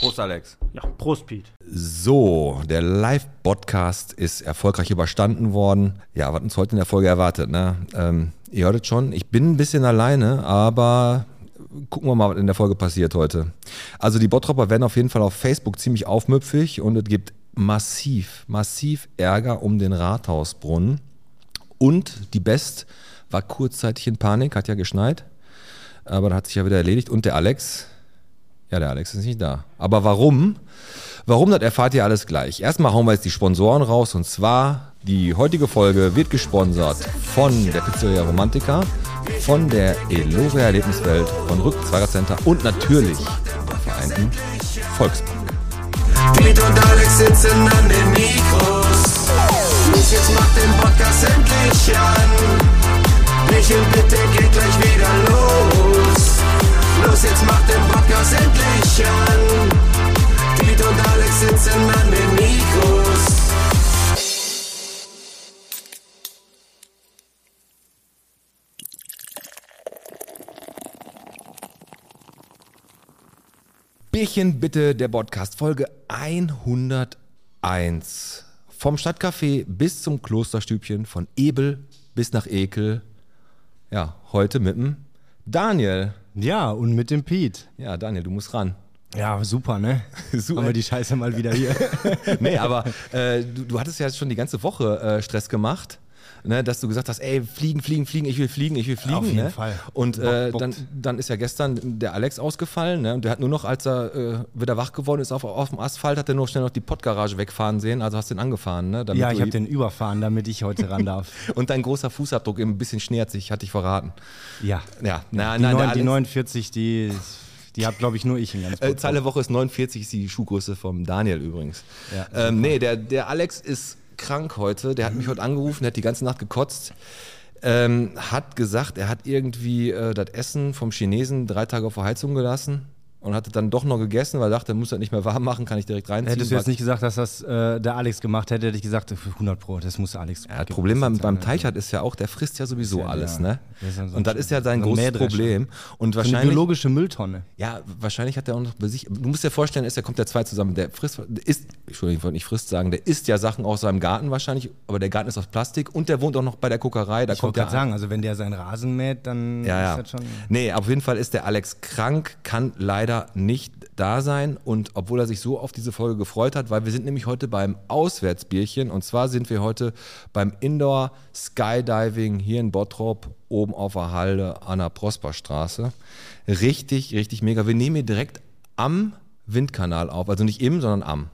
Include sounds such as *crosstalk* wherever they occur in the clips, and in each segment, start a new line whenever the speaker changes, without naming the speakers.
Prost, Alex.
Ja, Prost, Piet.
So, der Live-Podcast ist erfolgreich überstanden worden. Ja, was uns heute in der Folge erwartet, ne? Ähm, ihr hörtet schon, ich bin ein bisschen alleine, aber gucken wir mal, was in der Folge passiert heute. Also die Bottropper werden auf jeden Fall auf Facebook ziemlich aufmüpfig und es gibt massiv, massiv Ärger um den Rathausbrunnen. Und die Best war kurzzeitig in Panik, hat ja geschneit, aber das hat sich ja wieder erledigt. Und der Alex, ja, der Alex ist nicht da. Aber warum? Warum, das erfahrt ihr alles gleich. Erstmal hauen wir jetzt die Sponsoren raus und zwar die heutige Folge wird gesponsert von der Pizzeria Romantica, von der Eloria Erlebniswelt, von Rück Center und natürlich der Vereinten Volksbank.
Piet und Alex sitzen an den Mikros. Los, jetzt macht den Podcast endlich an. Michel, bitte geht gleich wieder los. Los, jetzt macht den Podcast endlich an. Piet und Alex sitzen an den Mikros.
Bierchen bitte, der Podcast Folge 101. Vom Stadtcafé bis zum Klosterstübchen, von Ebel bis nach Ekel. Ja, heute mit dem Daniel.
Ja, und mit dem Pete.
Ja, Daniel, du musst ran.
Ja, super, ne?
*laughs* Super.
Haben wir die Scheiße mal wieder
*laughs*
hier.
Nee, aber äh, du, du hattest ja jetzt schon die ganze Woche äh, Stress gemacht. Ne, dass du gesagt hast, ey, fliegen, fliegen, fliegen, ich will fliegen, ich will fliegen.
jeden
ne?
Fall.
Und äh,
Bock,
dann,
bockt.
dann ist ja gestern der Alex ausgefallen ne? und der hat nur noch, als er äh, wieder wach geworden ist, auf, auf dem Asphalt, hat er nur schnell noch die Pottgarage wegfahren sehen, also hast du ihn angefahren. Ne? damit
ja,
du
ich habe den überfahren, damit ich heute ran
*laughs*
darf.
und dein großer Fußabdruck, eben ein bisschen Schnee hat sich, hatte ich verraten.
Ja.
Ja, nein, nein,
Die, neun,
der
die
Alex-
49, die, die hat, glaube ich, nur ich in ganz
Äh,
Bottrop.
Zahl der Woche ist 49, ist die Schuhgröße vom Daniel übrigens.
Ja,
ähm, nee, der, der Alex ist krank heute. Der hat mich heute angerufen, der hat die ganze Nacht gekotzt. Ähm, hat gesagt, er hat irgendwie äh, das Essen vom Chinesen drei Tage auf der Heizung gelassen und hatte dann doch noch gegessen, weil er dachte, muss das nicht mehr warm machen, kann ich direkt reinziehen.
Hättest du jetzt
War-
nicht gesagt, dass das äh, der Alex gemacht hätte, hätte ich gesagt, 100 Pro, das muss der Alex.
Ja, das Problem beim, beim Teichhardt ist ja auch, der frisst ja sowieso
Ja,
alles,
ja.
ne?
Das ist ja so
und das
ein-
ist ja sein
so ein
großes
Mähdrescher.
Problem. Und
So eine
wahrscheinlich.
biologische Mülltonne.
Ja, wahrscheinlich hat er auch noch bei sich. Du musst dir vorstellen, ist, er kommt ja zwei zusammen. Der frisst, der isst, Entschuldigung, ich wollte nicht frisst sagen, der isst ja Sachen aus seinem Garten wahrscheinlich, aber der Garten ist aus Plastik und der wohnt auch noch bei der Kokerei. Da
Ich
kommt
wollte
der
gerade sagen, also wenn der seinen Rasen mäht, dann
Ja, ja.
ist das schon.
Nee, auf jeden Fall ist der Alex krank, kann leider nicht da sein. Und obwohl er sich so auf diese Folge gefreut hat, weil wir sind nämlich heute beim Auswärtsbierchen. Und zwar sind wir heute beim Indoor Skydiving hier in Bottrop, oben auf der Halde an der Prosperstraße. Richtig, richtig mega. Wir nehmen hier direkt am Windkanal auf. Also nicht im, sondern am.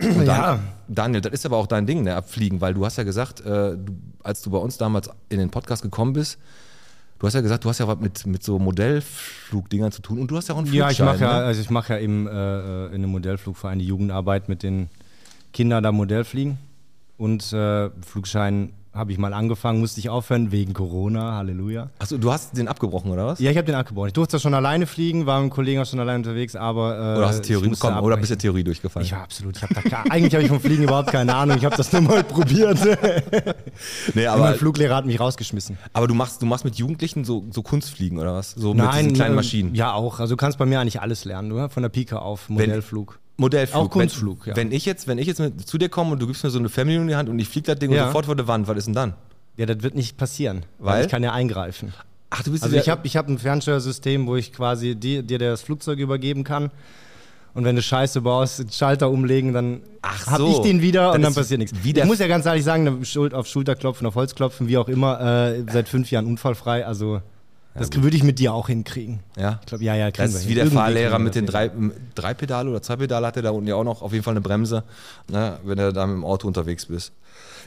Und
Ja.
Daniel, das ist aber auch dein Ding, ne, abfliegen, weil du hast ja gesagt, äh, du, als du bei uns damals in den Podcast gekommen bist, Du hast ja gesagt, du hast ja was mit, mit so Modellflugdingern zu tun und du hast ja auch einen
Ja,
Flugschein.
ich mache ja,
Ne?
also ich mache ja eben äh, äh, in einem Modellflugverein die Jugendarbeit mit den Kindern da Modellfliegen. Und äh, Flugschein habe ich mal angefangen, musste ich aufhören wegen Corona, Halleluja.
Achso, du hast den abgebrochen, oder was?
Ja, ich habe den abgebrochen. Ich durfte zwar schon alleine fliegen, war mit einem Kollegen auch schon alleine unterwegs, aber äh,
Oder hast du Theorie
ich musste
bekommen? Oder bist du
abbrechen.
Theorie durchgefallen?
ich war absolut, ich habe da gar- eigentlich habe ich vom Fliegen überhaupt keine Ahnung. Ich habe das nur mal *laughs* probiert.
nee,
mein
aber,
Fluglehrer hat mich rausgeschmissen.
aber du machst, du machst mit Jugendlichen so, so Kunstfliegen, oder was? So mit
Nein,
diesen kleinen
ähm,
Maschinen.
Ja, auch. Also du kannst bei mir eigentlich alles lernen, du, von der Pike auf, Modellflug.
Modellflug.
Auch Kunstflug,
wenn,
ja.
Wenn ich jetzt, wenn ich jetzt mit, zu dir komme und du gibst mir so eine Family in die Hand und ich flieg das Ding
Ja.
und sofort vor der Wand, was ist denn dann?
Ja, das wird nicht passieren,
Weil?
weil ich kann ja eingreifen.
Ach, du bist
Also
ja-
ich habe ich hab ein Fernsteuersystem, wo ich quasi dir, dir das Flugzeug übergeben kann. Und wenn du Scheiße baust, den Schalter umlegen, dann
Ach
hab
so.
ich den wieder
Dann
und dann
ist
passiert nichts.
wieder-
Ich muss ja ganz ehrlich sagen, da Schul- auf Schulter klopfen, auf Holz klopfen, wie auch immer, äh, seit fünf Jahren unfallfrei. Also das würde ich mit dir auch hinkriegen.
Ja.
Ich glaube, ja, ja, kriegen
Das
wir
ist
hin.
wie der
Irgendwie
Fahrlehrer
kriegen wir
mit
das
den drei, drei Pedale oder zwei Pedale hat er da unten ja auch noch auf jeden Fall eine Bremse, ne, wenn du da mit dem Auto unterwegs bist.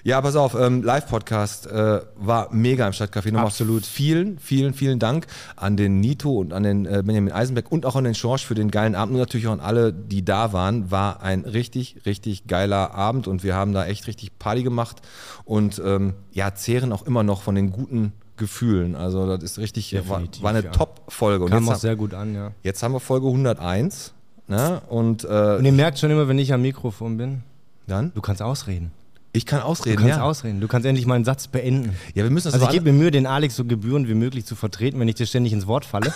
Ja, pass auf, ähm, Live-Podcast äh, war mega im Stadtcafé. Nochmal
Absolut.
Vielen, vielen, vielen Dank an den Nito und an den äh, Benjamin Eisenberg und auch an den Schorsch für den geilen Abend und natürlich auch an alle, die da waren. War ein richtig, richtig geiler Abend und wir haben da echt richtig Party gemacht und ähm, ja, zehren auch immer noch von den guten Gefühlen. Also das ist richtig, war,
Definitiv,
war eine
ja.
Top-Folge. Und
Kam
jetzt
auch
haben-
sehr gut an, ja.
Jetzt haben wir Folge 101. Ne? Und äh,
Und ihr merkt schon immer, wenn ich am Mikrofon bin,
dann?
du kannst ausreden.
Ich kann ausreden,
Du kannst
ja.
ausreden. Du kannst endlich mal einen Satz beenden.
ja, wir müssen das
Also
aber
ich
alle-
gebe mir Mühe, den Alex so gebührend wie möglich zu vertreten, wenn ich dir ständig ins
*laughs*
Wort falle.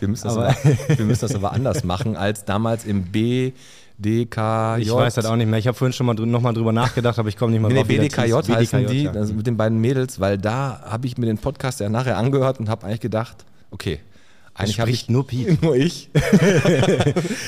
Wir müssen, das
Aber-
aber, wir müssen das aber anders machen als damals im BDKJ.
Ich weiß das auch nicht mehr. Ich habe vorhin schon mal drü noch mal drüber nachgedacht, aber ich komme nicht mehr
Nee, nee,
wie das
BDKJ
hieß.
heißen
BDKJ,
die,
ja.
also mit den beiden Mädels, weil da habe ich mir den Podcast ja nachher angehört und habe eigentlich gedacht, okay, eigentlich habe
spricht
ich
nur
*laughs*
Piep.
nur ich.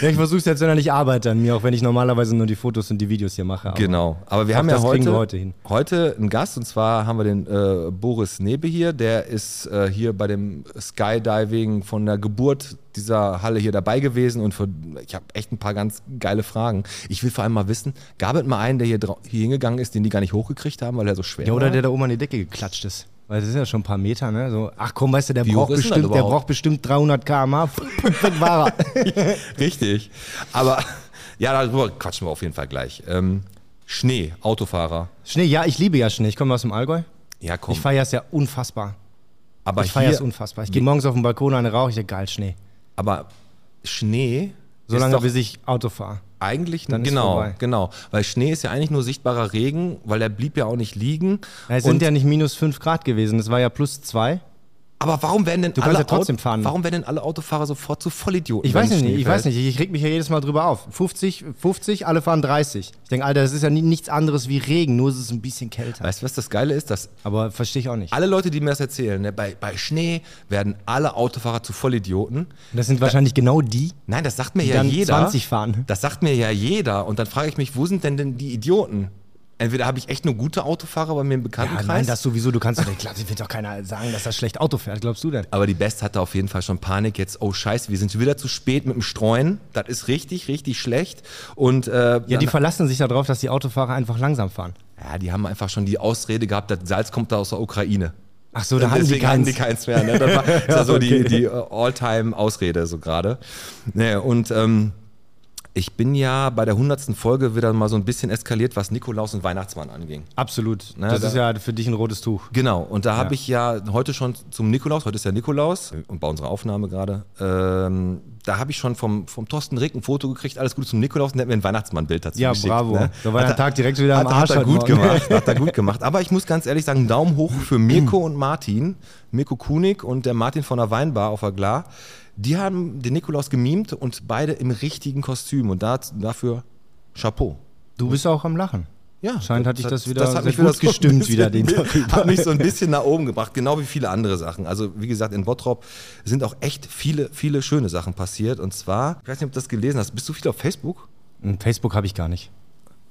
Ja, ich versuche es jetzt, wenn ich arbeite an mir, auch wenn ich normalerweise nur die Fotos und die Videos hier mache. aber-
Genau, aber wir
Auch
haben ja
das kriegen
heute,
wir heute hin.
heute einen Gast und zwar haben wir den äh, Boris Nebe hier, der ist äh, hier bei dem Skydiving von der Geburt dieser Halle hier dabei gewesen und für, ich habe echt ein paar ganz geile Fragen. Ich will vor allem mal wissen, gab es mal einen, der hier, drau- hier hingegangen ist, den die gar nicht hochgekriegt haben, weil er so schwer
Ja, oder
war?
der da oben an die Decke geklatscht ist. Weil das ist ja schon ein paar Meter, ne? So, ach komm, weißt du, der,
Wie
braucht
hoch ist denn das
bestimmt, der
überhaupt?
braucht bestimmt 300 km/h. *laughs* Weg war er.
*laughs* Richtig. Aber *laughs* ja, darüber quatschen wir auf jeden Fall gleich. Ähm, Schnee, Autofahrer.
Schnee, ja, ich liebe ja Schnee. Ich komme aus dem Allgäu.
Ja, komm.
Ich feiere es ja unfassbar.
aber
Ich feiere es
hier-
unfassbar. Ich gehe morgens auf den Balkon, eine rauche ich, ja, geil, Schnee.
Aber Schnee ist
Solange
doch
bis ich Auto fahre.
eigentlich
dann ist
genau,
vorbei.
genau, weil Schnee ist ja eigentlich nur sichtbarer Regen, weil er blieb ja auch nicht liegen.
Ja, Es
Und-
sind ja nicht minus 5 Grad gewesen, es war ja plus 2.
aber warum werden denn
Du kannst
alle
ja trotzdem
Aut-
fahren.
Warum werden denn alle Autofahrer sofort zu Vollidioten?
Ich
wenn
weiß
Schnee
nicht, ich
fällt?
weiß nicht, ich reg mich ja jedes Mal drüber auf. 50, 50, alle fahren 30. Ich denke, Alter, das ist ja ni- nichts anderes wie Regen, nur ist es ist ein bisschen kälter.
Weißt du, was das Geile ist? Dass
Aber verstehe ich auch nicht.
alle Leute, die mir das erzählen, ne, bei, bei Schnee werden alle Autofahrer zu Vollidioten.
Das sind wahrscheinlich genau die,
Nein, das sagt mir
die
ja
dann
jeder.
20 fahren.
Das sagt mir ja jeder. Und dann frage ich mich, wo sind denn, denn die Idioten? Entweder habe ich echt nur gute Autofahrer bei mir im
Ja,
Bekanntenkreis.
nein, das sowieso, du kannst doch nicht, glaub, dir wird doch keiner sagen, dass er schlecht Auto fährt, glaubst du denn?
aber die Best hatte auf jeden Fall schon Panik jetzt. Oh Scheiße, wir sind wieder zu spät mit dem Streuen. Das ist richtig, richtig schlecht. Und äh,
Ja, die
dann,
verlassen sich darauf, dass die Autofahrer einfach langsam fahren.
ja, die haben einfach schon die Ausrede gehabt, das Salz kommt da aus der Ukraine.
Ach so, da hatten die
Deswegen hatten die
keinen.
keins mehr. Ne?
*laughs*
Das war, das war so
Okay.
die, die äh, All-Time-Ausrede so gerade. Naja, und ähm, ich bin ja bei der hundertsten Folge wieder mal so ein bisschen eskaliert, was Nikolaus und Weihnachtsmann anging.
Absolut. ne?
Na,
das
da-
ist ja für dich ein rotes Tuch.
Genau, und da
Ja.
habe ich ja heute schon zum Nikolaus, heute ist ja Nikolaus, und bei unserer Aufnahme gerade, ähm, da habe ich schon vom, vom Thorsten Rick ein Foto gekriegt, alles Gute zum Nikolaus, und der hat mir ein Weihnachtsmannbild dazu
Ja,
geschickt.
bravo.
Ne?
Da war
Hat
der
er-
Tag direkt wieder am
hat,
Arsch.
hat er
heute
gut
Morgen. *laughs*
gemacht, hat er gut gemacht. Aber ich muss ganz ehrlich sagen, Daumen hoch für
Mhm.
Mirko und Martin, Mirko Kunig und der Martin von der Weinbar auf der Glar. Die haben den Nikolaus gemimt und beide im richtigen Kostüm und da, dafür Chapeau.
Du bist auch am Lachen.
Ja,
Scheint hat dich das wieder
hat
sehr
mich wieder
gut
so ein
gestimmt,
bisschen- *laughs*
wieder den Tag
Hat mich so ein bisschen nach oben gebracht, genau wie viele andere Sachen. Also wie gesagt, in Bottrop sind auch echt viele, viele schöne Sachen passiert. Und zwar, ich weiß nicht, ob du das gelesen hast, bist du viel auf Facebook?
Und Hm, Facebook habe ich gar nicht.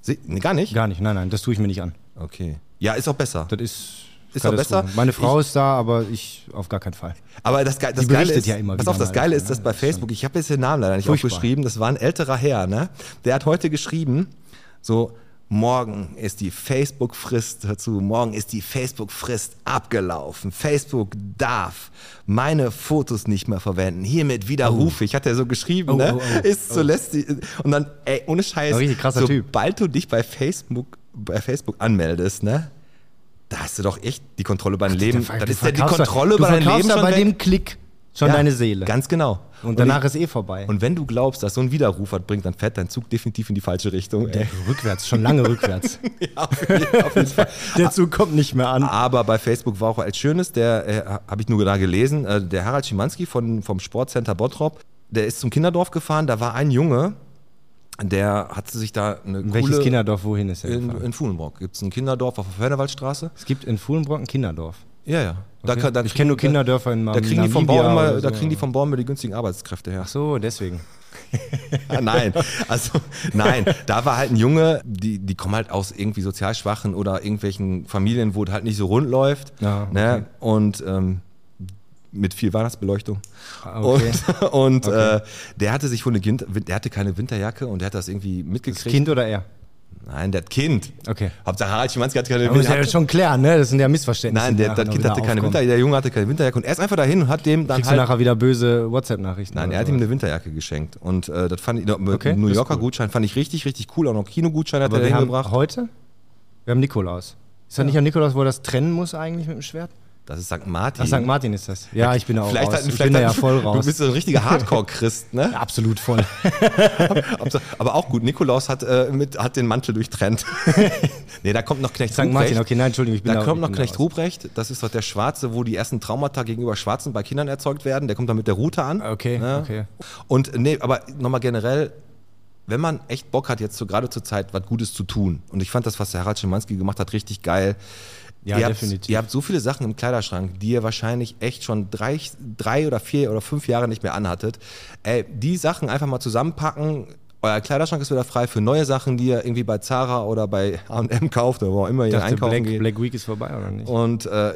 Se nee, gar nicht?
Gar nicht, nein, nein, das tue ich mir nicht an.
Okay. Ja, ist auch besser.
Das ist.
Ist doch
Katastrophe.
besser.
Meine Frau ist da, aber ich auf gar keinen Fall.
Aber das, Ge das
Die
Geile
berichtet
ist,
ja immer
pass
wieder
auf, das
mal
Geile
davon,
ist, dass
ne?
bei
Das stimmt.
Facebook, ich habe jetzt den Namen leider nicht
Furchtbar.
aufgeschrieben, das war ein älterer Herr, ne? Der hat heute geschrieben, so, morgen ist die Facebook-Frist, hör zu, morgen ist die Facebook-Frist abgelaufen. Facebook darf meine Fotos nicht mehr verwenden. Hiermit widerrufe ich, hat er so geschrieben,
Oh,
ne?
oh, oh,
ist so lästig. Und dann, ey, ohne Scheiß,
Ein richtig krasser Typ.
sobald du dich bei Facebook, bei Facebook anmeldest, ne? Da hast du doch echt die Kontrolle über dein Leben.
Du
Dann ist ja die
verkaufst da-
Kontrolle
du
über dein
verkaufst
Leben
da
schon
bei
weg.
dem Klick schon
Ja,
deine Seele.
Ganz genau.
und danach
ich-
ist eh vorbei.
und wenn du glaubst, dass so ein Widerruf was bringt, dann fährt dein Zug definitiv in die falsche Richtung. ey. *laughs*
rückwärts, schon lange rückwärts.
Ja, *laughs* auf jeden- auf jeden Fall.
Der Zug kommt nicht mehr an.
Aber bei Facebook war auch als Schönes, der äh, habe ich nur da gelesen, äh, der Harald Schimanski von, vom Sportcenter Bottrop, der ist zum Kinderdorf gefahren, da war ein Junge, der hat sich da eine
Welches
coole...
Kinderdorf, wohin ist er
in,
gefahren?
in Fuhlenbrock gibt es ein Kinderdorf auf der Fernewaldstraße.
Es gibt in Fuhlenbrock ein Kinderdorf.
Ja, ja. Da, kann- da
ich kenne nur
kriegen-
Kinderdörfer in
Da kriegen, die vom Bau
Namibia
immer,
oder
da
so.
kriegen die vom Bau immer die günstigen Arbeitskräfte her.
Ach so, deswegen.
Ah, nein, also nein, da war halt ein Junge, die, die kommen halt aus irgendwie sozial schwachen oder irgendwelchen Familien, wo es halt nicht so rund läuft.
Ja,
ne? Und ähm, mit viel Weihnachtsbeleuchtung.
Ah, okay.
Und, und *laughs*
Okay.
äh, der hatte sich von eine Kind, der hatte keine Winterjacke und der hat das irgendwie mitgekriegt.
Kind oder er?
Nein, der hat Kind.
Okay.
Hauptsache Harald Schimanski hat keine
Da muss ich ja
Winterjacke.
schon klären, ne? Das sind ja genau, Missverständnisse.
halt Nein,
die
der,
nachher
das
noch
Kind
wieder
hatte keine
aufkommen.
Winterjacke, der Junge hatte keine Winterjacke und er ist einfach dahin und hat dem dann
Kriegst
halt
du nachher wieder böse WhatsApp-Nachrichten?
Nein,
oder
er hat ihm
sowas?
eine Winterjacke geschenkt. Und äh, das fand ich,
Okay,
New
das ist
Yorker
cool.
Gutschein fand ich richtig, richtig cool. Auch noch Kinogutschein hat
Aber
er
wir haben
hingebracht.
heute? Wir haben Nikolaus. Ist das nicht am Nikolaus, wo er das trennen muss eigentlich mit dem Schwert?
Das ist St. Martin.
Ach, St. Martin ist das. Ja, ich bin da
Hm.
auch
Vielleicht
raus.
hat,
ich
vielleicht
bin da
hat,
ja voll raus.
*laughs* Du bist so ein
*laughs*
richtiger Hardcore-Christ, ne? *laughs*
absolut voll.
Aber auch gut, Nikolaus hat, äh, mit, hat den Mantel
*laughs*
durchtrennt. nee, da kommt noch Knecht
St. Martin,
Ruprecht.
okay, nein, Entschuldigung, ich bin
Da
da
kommt
ich
noch
bin
Knecht
raus.
Ruprecht, das ist doch der Schwarze, wo die ersten Traumata gegenüber Schwarzen bei Kindern erzeugt werden. Der kommt dann mit der Rute an.
Okay,
Ne?
okay.
Und nee, aber nochmal generell, wenn man echt Bock hat, jetzt so gerade zur Zeit was Gutes zu tun, und ich fand das, was der Harald Schimanski gemacht hat, richtig geil.
Ja,
ihr Habt,
definitiv.
ihr habt so viele Sachen im Kleiderschrank, die ihr wahrscheinlich echt schon drei, drei oder vier oder fünf Jahre nicht mehr anhattet. Ey, die Sachen einfach mal zusammenpacken. Euer Kleiderschrank ist wieder frei für neue Sachen, die ihr irgendwie bei Zara oder bei H&M kauft oder wo auch immer ihr
Ich dachte,
einkaufen
Black,
geht
Black Week ist vorbei, oder nicht?
und äh,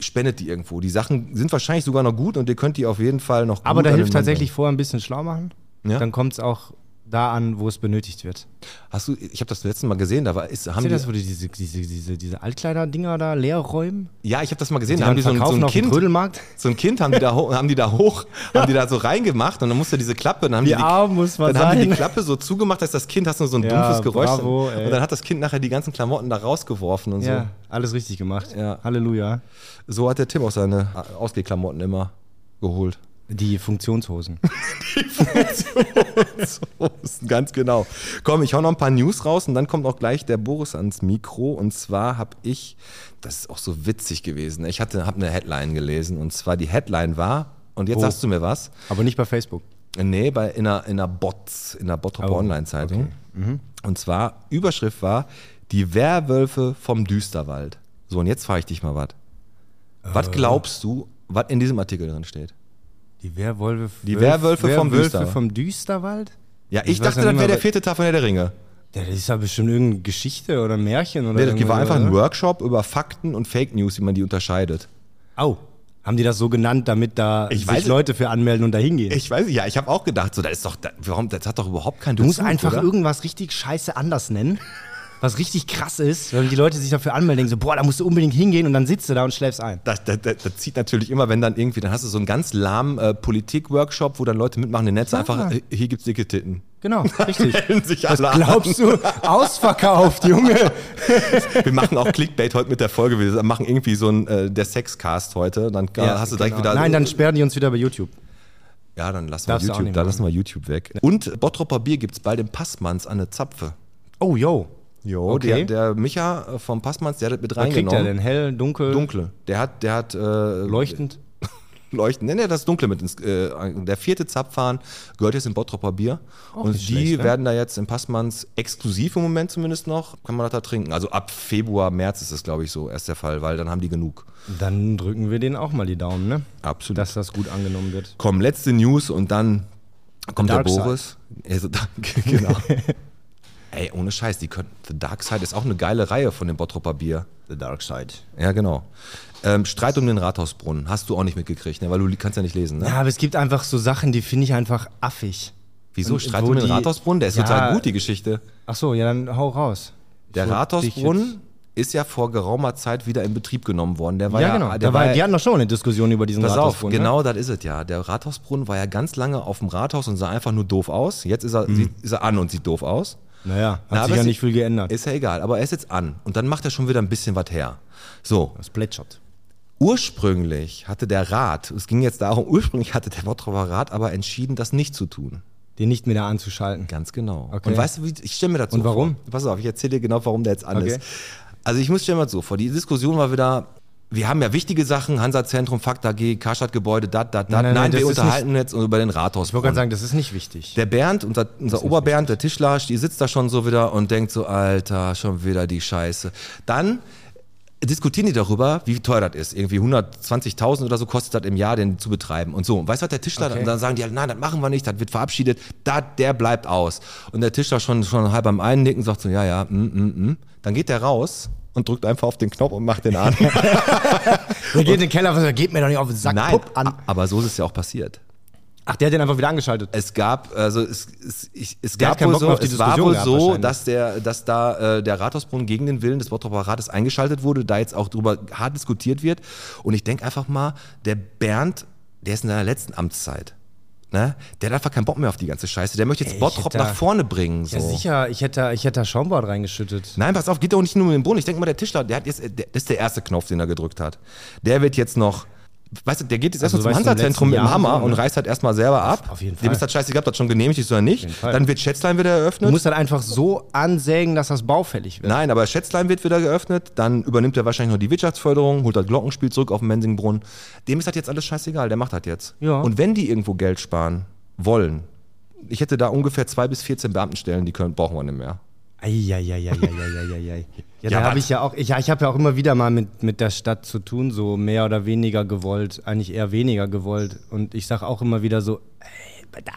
spendet die irgendwo. Die Sachen sind wahrscheinlich sogar noch gut und ihr könnt die auf jeden Fall noch
Aber
gut
da
an den
hilft
Mann
tatsächlich vorher ein bisschen schlau machen.
Ja.
Dann kommt es auch da an, wo es benötigt wird.
bringen. Hast du, ich habe das letzte Mal gesehen, da war, ist, haben
Seht
die,
ihr das, wo die diese, diese, diese, diese Altkleider-Dinger da leer räumen?
ja, ich habe das mal gesehen, da haben die so ein, so
verkaufen
ein
auf dem
Kind,
Trödelmarkt?
so ein Kind haben die da hoch, haben die da hoch, haben die da so reingemacht und dann musste diese Klappe, dann haben die,
Wie arm muss man
dann haben die die
sein?
Klappe so zugemacht, dass das Kind hast nur so ein
Ja,
dumpfes Geräusch
bravo,
und
ey.
dann hat das Kind nachher die ganzen Klamotten da rausgeworfen und
Ja, alles richtig gemacht.
Ja.
Halleluja.
so. So hat der Tim auch seine äh, Ausgehklamotten immer geholt. *laughs*
Die Funktionshosen.
Posten, ganz genau. Komm, ich hau noch ein paar News raus und dann kommt auch gleich der Boris ans Mikro. Und zwar habe ich, das ist auch so witzig gewesen, ich hatte, habe eine Headline gelesen und zwar die Headline war, und jetzt
Oh.
sagst du mir was,
Aber nicht bei Facebook.
nee, bei, in einer, in einer Bots, in einer Bottroper
Oh,
Online-Zeitung. Mhm. Und zwar, Überschrift war, die Werwölfe vom Düsterwald. So, und jetzt frage ich dich mal was.
Äh.
Was glaubst du, was in diesem Artikel drin steht?
Die Werwölfe,
Die Werwölfe vom Düsterwald.
vom Düsterwald?
Ja, ich,
Ich weiß
dachte,
ja
das
nicht
wäre
mal,
der
was-
vierte Teil von Herr der Ringe.
Ja, Das ist ja bestimmt irgendeine Geschichte oder ein Märchen oder
Nee, das war
irgendwas,
einfach
oder?
ein Workshop über Fakten und Fake News, wie man die unterscheidet.
Au. Haben die das so genannt, damit da
Ich
sich
weiß-
Leute für anmelden und da hingehen?
Ich weiß, ja, ich habe auch gedacht, so, da ist doch, da, warum, das hat doch überhaupt keinen
du musst
Bezug,
einfach
oder?
irgendwas richtig scheiße anders nennen. Was richtig krass ist, wenn die Leute sich dafür anmelden, denken so, boah, da musst du unbedingt hingehen und dann sitzt du da und schläfst ein.
Das, das, das, das zieht natürlich immer, wenn dann irgendwie, dann hast du so einen ganz lahmen äh, Politik-Workshop, wo dann Leute mitmachen, den Netz einfach, äh, hier gibt's dicke Titten.
Genau, richtig.
*laughs* Melden sich alle an.
Glaubst du, ausverkauft, Junge?
Wir machen auch Clickbait heute mit der Folge. Wir machen irgendwie so ein äh, der Sexcast heute. Dann äh, hast du direkt
Genau.
wieder.
Nein, dann sperren die uns wieder bei YouTube.
ja, dann lassen wir
Darfst du auch
YouTube,
nicht
dann
machen.
lassen wir YouTube weg. Und Bottropper Bier gibt's bald im Passmanns an der Zapfe.
Oh, yo.
Jo,
Okay.
der, der Micha äh, vom Passmanns, der hat das mit
Was
reingenommen.
kriegt er denn? Hell, dunkel,
Dunkle. Der hat, der hat äh,
leuchtend?
Leuchten. Nee, nee, das Dunkle mit ins. Äh, der vierte Zapfhahn gehört jetzt in Bottropper Bier. und die
nicht schlecht, ne?
werden da jetzt im Passmanns exklusiv im Moment zumindest noch, kann man das da trinken. Also ab Februar, März ist das, glaube ich, so erst der Fall, weil dann haben die genug.
Dann drücken wir denen auch mal die Daumen, ne?
Absolut.
Dass das gut angenommen wird.
Komm, letzte News und dann kommt
Dark
der
Side.
Boris. *laughs* Also,
*laughs*
genau. Ey, ohne Scheiß, die können. The Dark Side ist auch eine geile Reihe von dem Bottropper Bier.
The Dark Side.
Ja, genau. Ähm, Streit um den Rathausbrunnen hast du auch nicht mitgekriegt, ne? weil du li- kannst ja nicht lesen. Ne?
Ja, aber es gibt einfach so Sachen, die finde ich einfach affig.
Wieso
Und
Streit
wo
um den
die-
Rathausbrunnen? Der ist
Ja.
total gut, die Geschichte.
Ach so, ja, dann hau raus.
Der
Ich wollte dich
Rathausbrunnen ist ja vor geraumer Zeit wieder in Betrieb genommen worden. Der war
jetzt-
ja, ah,
Ja, genau.
Der
Da war,
war
die ne?
ja
hatten doch schon mal eine Diskussion über diesen
pass auf,
Rathausbrunnen.
genau das ist es ja. Der Rathausbrunnen war ja ganz lange auf dem Rathaus und sah einfach nur doof aus. Jetzt ist er, sieht, ist er an und sieht doof aus.
Ne? Naja, Hm. hat
Na, aber
sich ja
es-
nicht viel geändert.
Ist ja egal, aber er ist jetzt an. Und dann macht er schon wieder ein bisschen was her. So,
Das plätschert.
ursprünglich hatte der Rat, es ging jetzt darum, ursprünglich hatte der Bottroper Rat aber entschieden, das nicht zu tun.
Den nicht mehr da anzuschalten.
Ganz genau.
Okay.
Und weißt du, wie, ich stelle mir dazu
Und warum?
vor. Pass auf, ich erzähle dir genau, warum der jetzt an
Okay.
ist. Also ich muss stellen mal so vor, die Diskussion war wieder, wir haben ja wichtige Sachen, Hansa-Zentrum, Fakt AG, Karstadt-Gebäude, dat, dat, dat. Nein,
nein, nein, das
wir
ist
unterhalten jetzt über den Rathaus.
Ich wollte gerade sagen, das ist nicht wichtig.
Der Bernd, unser, unser Oberbernd, der Tischler, die sitzt da schon so wieder und denkt so, Alter, schon wieder die Scheiße. Dann diskutieren die darüber, wie teuer das ist. Irgendwie 120.000 oder so kostet das im Jahr, den zu betreiben. Und so. Und weißt du, was der Tischler,
Okay.
dann, dann sagen die halt, nein, das machen wir nicht, das wird verabschiedet, da, der bleibt aus. Und der Tischler schon, schon halb am Einnicken sagt so, ja, ja, mm, mm, mm. Dann geht der raus und drückt einfach auf den Knopf und macht den an.
*laughs* Der geht in den Keller, was er geht mir doch nicht auf den Sack.
nein,
Pupp an.
aber so ist es ja auch passiert.
Ach, der hat den einfach wieder angeschaltet.
Es gab, also es, es, ich, es
Der
gab
hat keinen
wohl
Bock
so,
mehr auf die
es war
Diskussion
wohl
gehabt
so,
wahrscheinlich.
dass der, dass da äh, der Rathausbrunnen gegen den Willen des Bottroper Rates eingeschaltet wurde, da jetzt auch drüber hart diskutiert wird. Und ich denke einfach mal, der Bernd, der ist in seiner letzten Amtszeit. Ne? Der hat einfach keinen Bock mehr auf die ganze Scheiße. Der möchte jetzt
Ey, ich
Bottrop
hätte da-
nach vorne bringen. So.
Ja, sicher, ich hätte, ich hätte da Schaumwort reingeschüttet.
Nein, pass auf, geht doch nicht nur um den Brunnen. Ich denke mal, der Tischler, der hat jetzt, äh, der, das ist der erste Knopf, den er gedrückt hat. Der wird jetzt noch, weißt du, der geht jetzt
Also,
erstmal zum
weißt du, im
Hansa-Zentrum mit
letzten
dem
Jahr
Hammer
so, ne?
und reißt halt erstmal selber ab.
auf jeden
Dem
Fall.
ist das scheißegal, ob das schon genehmigt ist oder nicht.
Fall.
Dann wird Schätzlein wieder
Du
eröffnet.
musst dann halt einfach so ansägen, dass das baufällig wird.
Nein, aber Schätzlein wird wieder geöffnet, dann übernimmt er wahrscheinlich noch die Wirtschaftsförderung, holt das Glockenspiel zurück auf den Mensingbrunnen. Dem ist das jetzt alles scheißegal, der macht das jetzt.
Ja.
Und wenn die irgendwo Geld sparen wollen, ich hätte da ungefähr zwei bis 14 Beamtenstellen, die können, brauchen wir nicht mehr.
Eieieiei. Ja,
Ja,
da habe
was?
ich ja auch, ich, ja, ich habe ja auch immer wieder mal mit, mit der Stadt zu tun, so mehr oder weniger gewollt, eigentlich eher weniger gewollt. Und ich sage auch immer wieder so, ey, da,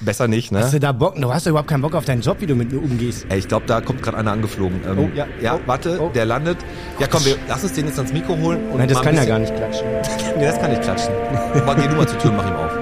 Besser nicht, ne?
hast du da Bock? Du hast doch überhaupt keinen Bock auf deinen Job, wie du mit mir umgehst.
Ey, ich glaube, da kommt gerade einer angeflogen. Ähm,
Oh, ja.
ja
Oh,
warte,
oh.
der landet. Ja, komm, wir, lass uns den jetzt ans Mikro holen. Und
Nein, das
mal ein
kann ja gar
bisschen-
nicht klatschen.
Nee, das kann nicht klatschen. mal, geh du mal zur Tür und mach ihm auf.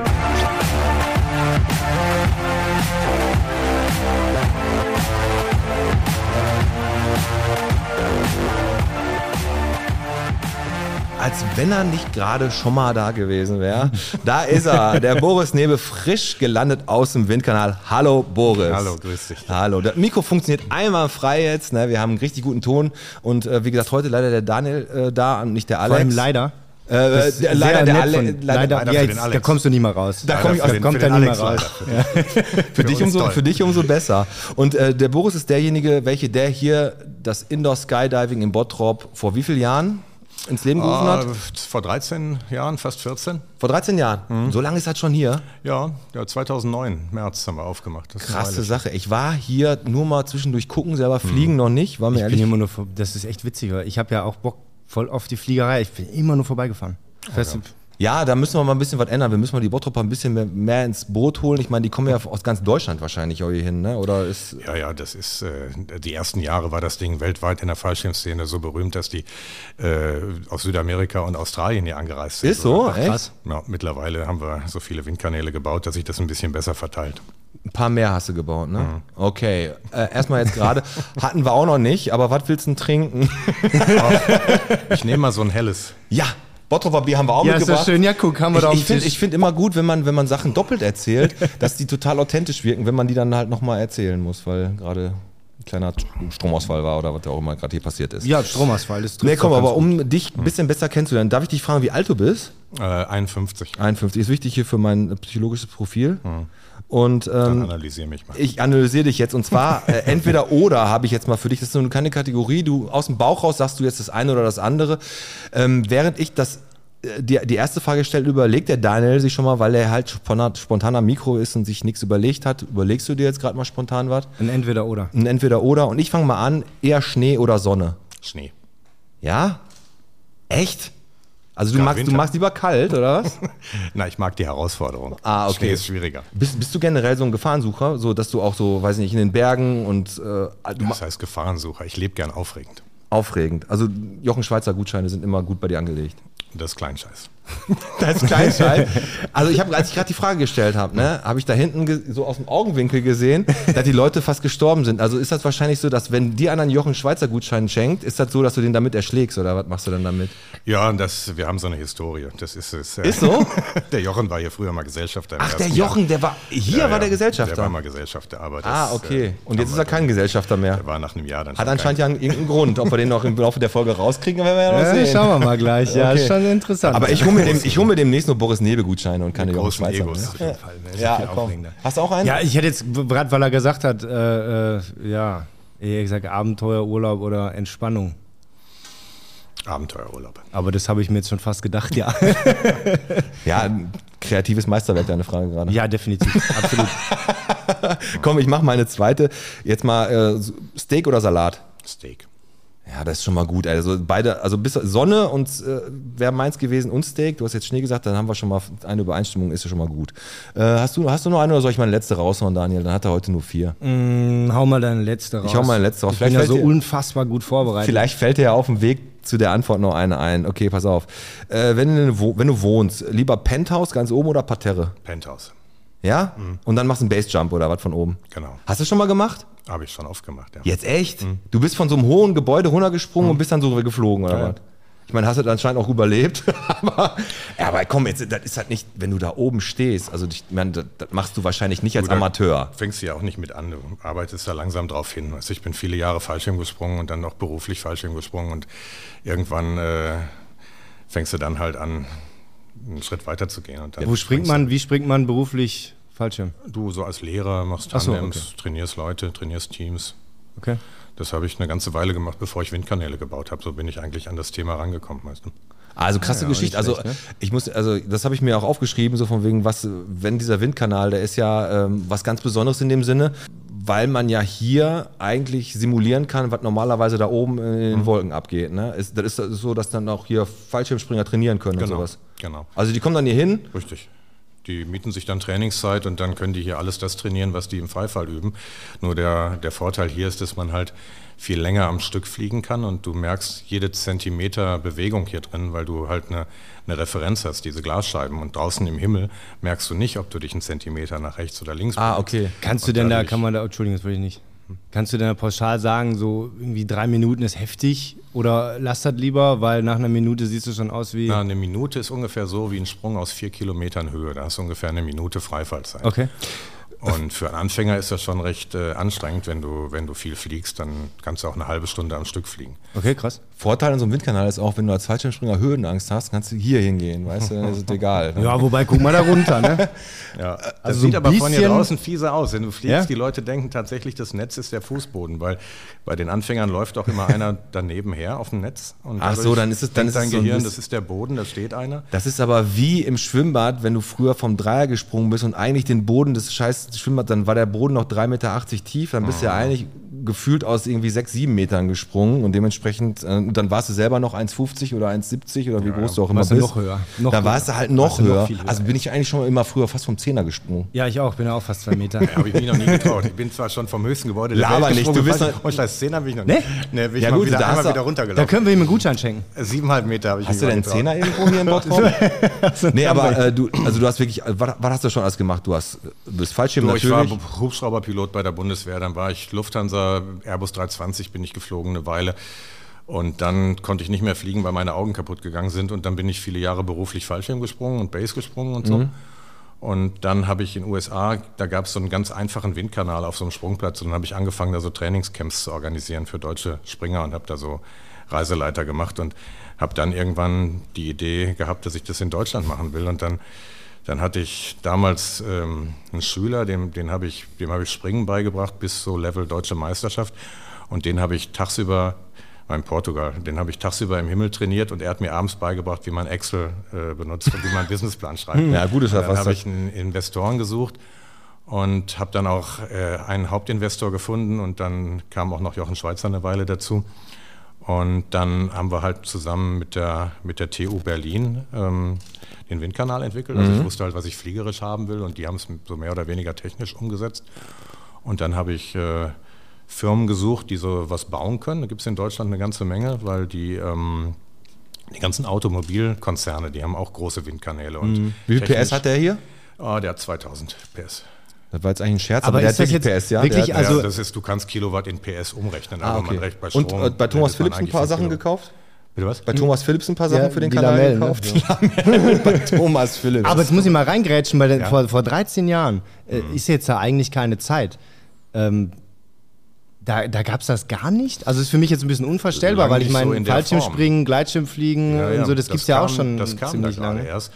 Als wenn er nicht gerade schon mal da gewesen wäre. Da ist er, der Boris Nebe, frisch gelandet aus dem Windkanal. Hallo Boris.
Hallo, grüß dich.
Hallo, das Mikro funktioniert einmal frei jetzt. Ne? Wir haben einen richtig guten Ton. Und äh, wie gesagt, heute leider der Daniel äh, da und nicht der Alex.
Vor allem leider.
Äh,
Das ist
der,
sehr
leider, der
nett
Ale,
von-
leider,
leider
ja,
für den
jetzt,
Alex.
da kommst du nie mal raus.
Da also komm ich
für
aus-
den-
kommt
für den
er nicht mehr
Alex
raus.
leider.
für, dich
uns
umso,
toll.
für dich umso besser. Und äh, der Boris ist derjenige, welche der hier das Indoor Skydiving in Bottrop vor wie vielen Jahren ins Leben gerufen
Ah,
hat?
vor 13 Jahren, fast 14.
Vor 13
Mhm.
Jahren. So lange ist das schon hier.
Ja, ja, 2009, März haben wir aufgemacht. Das ist
Krasse
neulich.
Sache. Ich war hier nur mal zwischendurch gucken, selber fliegen noch nicht, war mir
Mhm. Ich bin
ehrlich.
immer nur, vor- das ist echt witziger. Ich habe ja auch Bock voll auf die Fliegerei. Ich bin immer nur vorbeigefahren. Fährst du-
Ja, da müssen wir mal ein bisschen was ändern. Wir müssen mal die Bottroper ein bisschen mehr, mehr ins Boot holen. Ich meine, die kommen ja aus ganz Deutschland wahrscheinlich auch hier hin, ne? Oder ist.
Ja, ja, das ist, äh, die ersten Jahre war das Ding weltweit in der Fallschirmszene so berühmt, dass die äh, aus Südamerika und Australien hier angereist sind.
Ist so,
Ach,
echt?
krass.
Ja, mittlerweile haben wir so viele Windkanäle gebaut, dass sich das ein bisschen besser verteilt.
Ein paar mehr hast du gebaut, ne?
Mhm.
Okay. Äh, erstmal jetzt
*laughs*
gerade. Hatten wir auch noch nicht, aber was willst du denn trinken?
Ich nehme mal so ein helles.
Ja, Bottroper Bier haben wir auch
Oh, Ja, ist
mitgebracht.
das schön. Ja, guck, haben wir da auf
ich ich
dem
finde
Tisch.
ich find immer gut, wenn man, wenn man Sachen doppelt
*laughs*
erzählt, dass die total authentisch wirken, wenn man die dann halt nochmal erzählen muss, weil gerade ein kleiner Stromausfall war oder was auch immer gerade hier passiert ist.
Ja, Stromausfall. Das trifft
Nee, komm,
doch ganz
aber um dich ein bisschen besser kennenzulernen, darf ich dich fragen, wie alt du bist?
Äh, 51.
51 ist wichtig hier für mein psychologisches Profil.
Mhm.
Und
Dann
ähm,
analysiere mich mal.
ich analysiere dich jetzt und
*laughs*
zwar äh, entweder oder habe ich jetzt mal für dich. Das ist nur keine Kategorie. Du aus dem Bauch raus sagst du jetzt das eine oder das andere. Ähm, während ich das äh, die, die erste Frage stelle, überlegt der Daniel sich schon mal, weil er halt spontan, spontan am Mikro ist und sich nichts überlegt hat. Überlegst du dir jetzt gerade mal spontan was?
Ein entweder oder.
Ein entweder oder. Und ich fange mal an, eher Schnee oder Sonne.
Schnee. *laughs*
Ja? Echt? Also du
Ja,
magst, du
Winter.
magst lieber kalt, oder was?
Na, ich mag die Herausforderung.
Ah, okay.
Schnee ist schwieriger.
bist, bist du generell so ein Gefahrensucher, so dass du auch so, weiß nicht, in den Bergen und äh, du ma-
Das heißt Gefahrensucher. Ich lebe gern aufregend.
Aufregend. Also Jochen Schweizer Gutscheine sind immer gut bei dir angelegt.
Und das ist Kleinscheiß.
Das ist *laughs* Kleinscheiß. Also ich habe, als ich gerade die Frage gestellt habe, ne, habe ich da hinten ge- so aus dem Augenwinkel gesehen, dass die Leute fast gestorben sind. Also ist das wahrscheinlich so, dass wenn dir einer einen Jochen Schweizer Gutschein schenkt, ist das so, dass du den damit erschlägst oder was machst du dann damit?
Ja, und das, wir haben so eine Historie. Das ist es. äh,
Ist so?
*laughs* Der Jochen war hier früher mal Gesellschafter. im
Ach, der
ersten Jahr.
Jochen, der war hier
Ja,
war
ja,
der Gesellschafter.
Der war mal Gesellschafter, aber das,
ah, okay.
äh,
Und jetzt
haben
ist er
wir-
kein Gesellschafter mehr.
Der war nach einem Jahr dann
Hat anscheinend ja irgendeinen Grund, ob wir den noch im Laufe der Folge rauskriegen, werden wir ja noch
Ja,
sehen.
schauen wir mal gleich. Ja,
Okay.
ist schon interessant.
Aber ich hole mir, dem, ich hol mir demnächst nur Boris Nebel Gutscheine und keine Jochen
großen
Schweizer.
Egos.
Ne?
Auf jeden Fall. ne?
Ja,
Viel
komm.
aufregender.
Hast du auch einen?
ja, ich hätte jetzt, gerade weil er gesagt hat, äh, äh, ja, eher gesagt Abenteuer, Urlaub oder Entspannung.
Abenteuerurlaub.
Aber das habe ich mir jetzt schon fast gedacht,
*laughs*
ja.
Ja, ein kreatives Meisterwerk, deine Frage gerade.
Ja, definitiv.
*laughs*
Absolut.
Komm, ich mache meine zweite. Jetzt mal äh, Steak oder Salat?
Steak.
Ja, das ist schon mal gut. Also beide, also bis Sonne und äh, wäre meins gewesen und Steak. Du hast jetzt Schnee gesagt, dann haben wir schon mal eine Übereinstimmung, ist ja schon mal gut. Äh, hast, du, hast du noch eine oder soll ich meine letzte raushauen, Daniel? Dann hat er heute nur vier.
Hm, hau mal deine letzte raus.
hau mal eine letzte raus.
Ich bin
Vielleicht
ja
fällt
so
dir-
unfassbar gut vorbereitet.
Vielleicht fällt dir ja auf dem Weg zu der Antwort noch eine ein. Okay, pass auf. Äh, wenn, du, wo- wenn du wohnst, lieber Penthouse ganz oben oder Parterre?
Penthouse.
Ja? Und dann machst du einen Bassjump oder was von oben.
Genau.
Hast du schon mal gemacht?
Habe ich schon aufgemacht. Ja. Mhm.
Jetzt echt? Du bist von so einem hohen Gebäude runtergesprungen und bist dann so geflogen oder
Ja.
was? Ich meine, hast du dann anscheinend auch überlebt. *laughs* aber, ja, aber komm, jetzt, das ist halt nicht, wenn du da oben stehst, also ich meine, das, das machst du wahrscheinlich nicht als
Du, da
Amateur.
Fängst du ja auch nicht mit an, du arbeitest da langsam drauf hin. Also ich bin viele Jahre Fallschirm gesprungen und dann noch beruflich Fallschirm gesprungen und irgendwann äh, fängst du dann halt an, einen Schritt weiter zu gehen. Und dann
Wo springt
springst
man, wie springt man beruflich Fallschirm?
Du so als Lehrer machst
Ach so,
Tandems, trainierst Leute, trainierst Teams.
Okay.
Das habe ich eine ganze Weile gemacht, bevor ich Windkanäle gebaut habe. So bin ich eigentlich an das Thema rangekommen. Weißt du?
Also krasse
Ja, nicht
Geschichte. Also
schlecht, ne?
ich muss, also das habe ich mir auch aufgeschrieben, so von wegen, was, wenn dieser Windkanal, der ist ja ähm, was ganz Besonderes in dem Sinne, weil man ja hier eigentlich simulieren kann, was normalerweise da oben in den
Mhm.
Wolken abgeht. Ne? Ist, das ist so, dass dann auch hier Fallschirmspringer trainieren können und sowas.
genau.
Also die kommen dann hier hin.
Richtig. Die mieten sich dann Trainingszeit und dann können die hier alles das trainieren, was die im Freifall üben. Nur der, der Vorteil hier ist, dass man halt viel länger am Stück fliegen kann und du merkst jede Zentimeter Bewegung hier drin, weil du halt eine, eine Referenz hast, diese Glasscheiben. Und draußen im Himmel merkst du nicht, ob du dich einen Zentimeter nach rechts oder links
Ah,
bewegst.
okay.
Kannst du
Und
denn da,
dadurch-
kann man da, Entschuldigung, das wollte ich nicht. Kannst du denn da pauschal sagen, so irgendwie drei Minuten ist heftig oder lass das lieber, weil nach einer Minute siehst du schon aus wie.
Na, eine Minute ist ungefähr so wie ein Sprung aus vier Kilometern Höhe. Da hast du ungefähr eine Minute Freifallzeit.
Okay.
Und für einen Anfänger ist das schon recht äh, anstrengend, wenn du, wenn du viel fliegst, dann kannst du auch eine halbe Stunde am Stück fliegen.
Okay, krass.
Vorteil an so einem Windkanal ist auch, wenn du als Fallschirmspringer Höhenangst hast, kannst du hier hingehen, weißt du, dann ist es egal. Ne?
Ja, wobei, guck mal da runter, ne?
Ja. Das
Also so
sieht
ein
aber von hier
bisschen-
draußen fieser aus. Wenn du fliegst,
Ja?
die Leute denken tatsächlich, das Netz ist der Fußboden, weil bei den Anfängern läuft auch immer
*laughs*
einer daneben her auf dem Netz. Und
Ach so,
dadurch
dann ist es- dann
denkt
ist es
dein
so ein
Gehirn,
bisschen-
das ist der Boden, da steht einer.
Das ist aber wie im Schwimmbad, wenn du früher vom Dreier gesprungen bist und eigentlich den Boden des scheiß Schwimmbads, dann war der Boden noch 3,80 Meter tief, dann bist du
Mhm.
ja eigentlich gefühlt aus irgendwie 6, 7 Metern gesprungen und dementsprechend, äh, und dann warst du selber noch 1,50 oder 1,70 oder wie groß du auch immer
Warst du
bist.
noch höher, noch
dann warst du halt noch
Warst du noch
höher.
viel höher,
Also bin ich eigentlich schon immer früher fast vom Zehner gesprungen.
*laughs* Ja, ich auch, bin ja auch fast zwei
*laughs*
Meter.
Habe ich mich noch nie getraut. Ich bin zwar schon vom höchsten Gebäude
Laber nicht,
gesprungen,
du bist
gefallen.
noch- Ne?
Und Scheiß 10 habe ich noch
Nee?
nicht. Nee, bin ich
Ja
mal
gut, da
wieder,
hast
einmal
du-
wieder
Da
runtergelaufen.
können wir ihm einen Gutschein schenken.
Siebeneinhalb Meter habe ich
Hast
mich
du
mal
denn einen
getraut.
Zehner irgendwo
*laughs*
hier im Bottrop? nee, aber äh, du, also du hast wirklich, äh, was, was hast du schon alles gemacht? Du hast, du bist Fallschirm
Du, ich war
natürlich.
B- Hubschrauberpilot bei der Bundeswehr, dann war ich Lufthansa, Airbus 320 bin ich geflogen eine Weile. Und dann konnte ich nicht mehr fliegen, weil meine Augen kaputt gegangen sind. Und dann bin ich viele Jahre beruflich Fallschirm gesprungen und Base gesprungen und so. Und dann habe ich in den USA, da gab es so einen ganz einfachen Windkanal auf so einem Sprungplatz. Und dann habe ich angefangen, da so Trainingscamps zu organisieren für deutsche Springer und habe da so Reiseleiter gemacht und habe dann irgendwann die Idee gehabt, dass ich das in Deutschland machen will. Und dann dann hatte ich damals ähm, einen Schüler, dem, den habe ich, dem habe ich Springen beigebracht bis so Level Deutsche Meisterschaft. Und den habe ich tagsüber, war in Portugal, den habe ich tagsüber im Himmel trainiert und er hat mir abends beigebracht, wie man Excel äh, benutzt und
*laughs*
wie man einen Businessplan schreibt.
Ja, gut, ist
Und
ja
Dann
fast
habe
das-
ich einen Investoren gesucht und habe dann auch äh, einen Hauptinvestor gefunden und dann kam auch noch Jochen Schweizer eine Weile dazu. Und dann haben wir halt zusammen mit der, mit der TU Berlin ähm, den Windkanal entwickelt. Also
Mhm.
ich wusste halt, was ich fliegerisch haben will und die haben es so mehr oder weniger technisch umgesetzt. Und dann habe ich äh, Firmen gesucht, die so was bauen können. Da gibt es in Deutschland eine ganze Menge, weil die, ähm, die ganzen Automobilkonzerne, die haben auch große Windkanäle. Und
Mhm. Wie viel
technisch-
PS hat der hier?
Ah, der hat 2000 PS.
Das war jetzt eigentlich ein Scherz,
Aber
der
ist
hat
das jetzt
PS, ja?
wirklich
der hat,
Also-
Also, ja, das ist, du kannst Kilowatt in PS umrechnen,
ah,
aber
okay.
man recht bei Strom.
Und äh, bei Thomas
redet man
Philips ein
eigentlich
paar
von
Sachen
Kilowatt.
gekauft?
Bitte was?
Bei Thomas Philips ein paar Sachen
Ja,
für den
die
Kanal
Lamellen, ne?
gekauft? Lamellen *laughs* bei Thomas Philips.
Aber jetzt muss ich mal reingrätschen, weil vor, vor 13 Jahren äh,
Mhm.
ist jetzt ja eigentlich keine Zeit. Ähm, da da gab es das gar nicht. Also ist für mich jetzt ein bisschen unvorstellbar,
Lang
weil ich
nicht so
meine,
in der
Fallschirmspringen, Gleitschirmfliegen
Ja,
und so, das, gibt's ja
kam-
auch schon
das kam
ziemlich
da gerade
lange.
erst.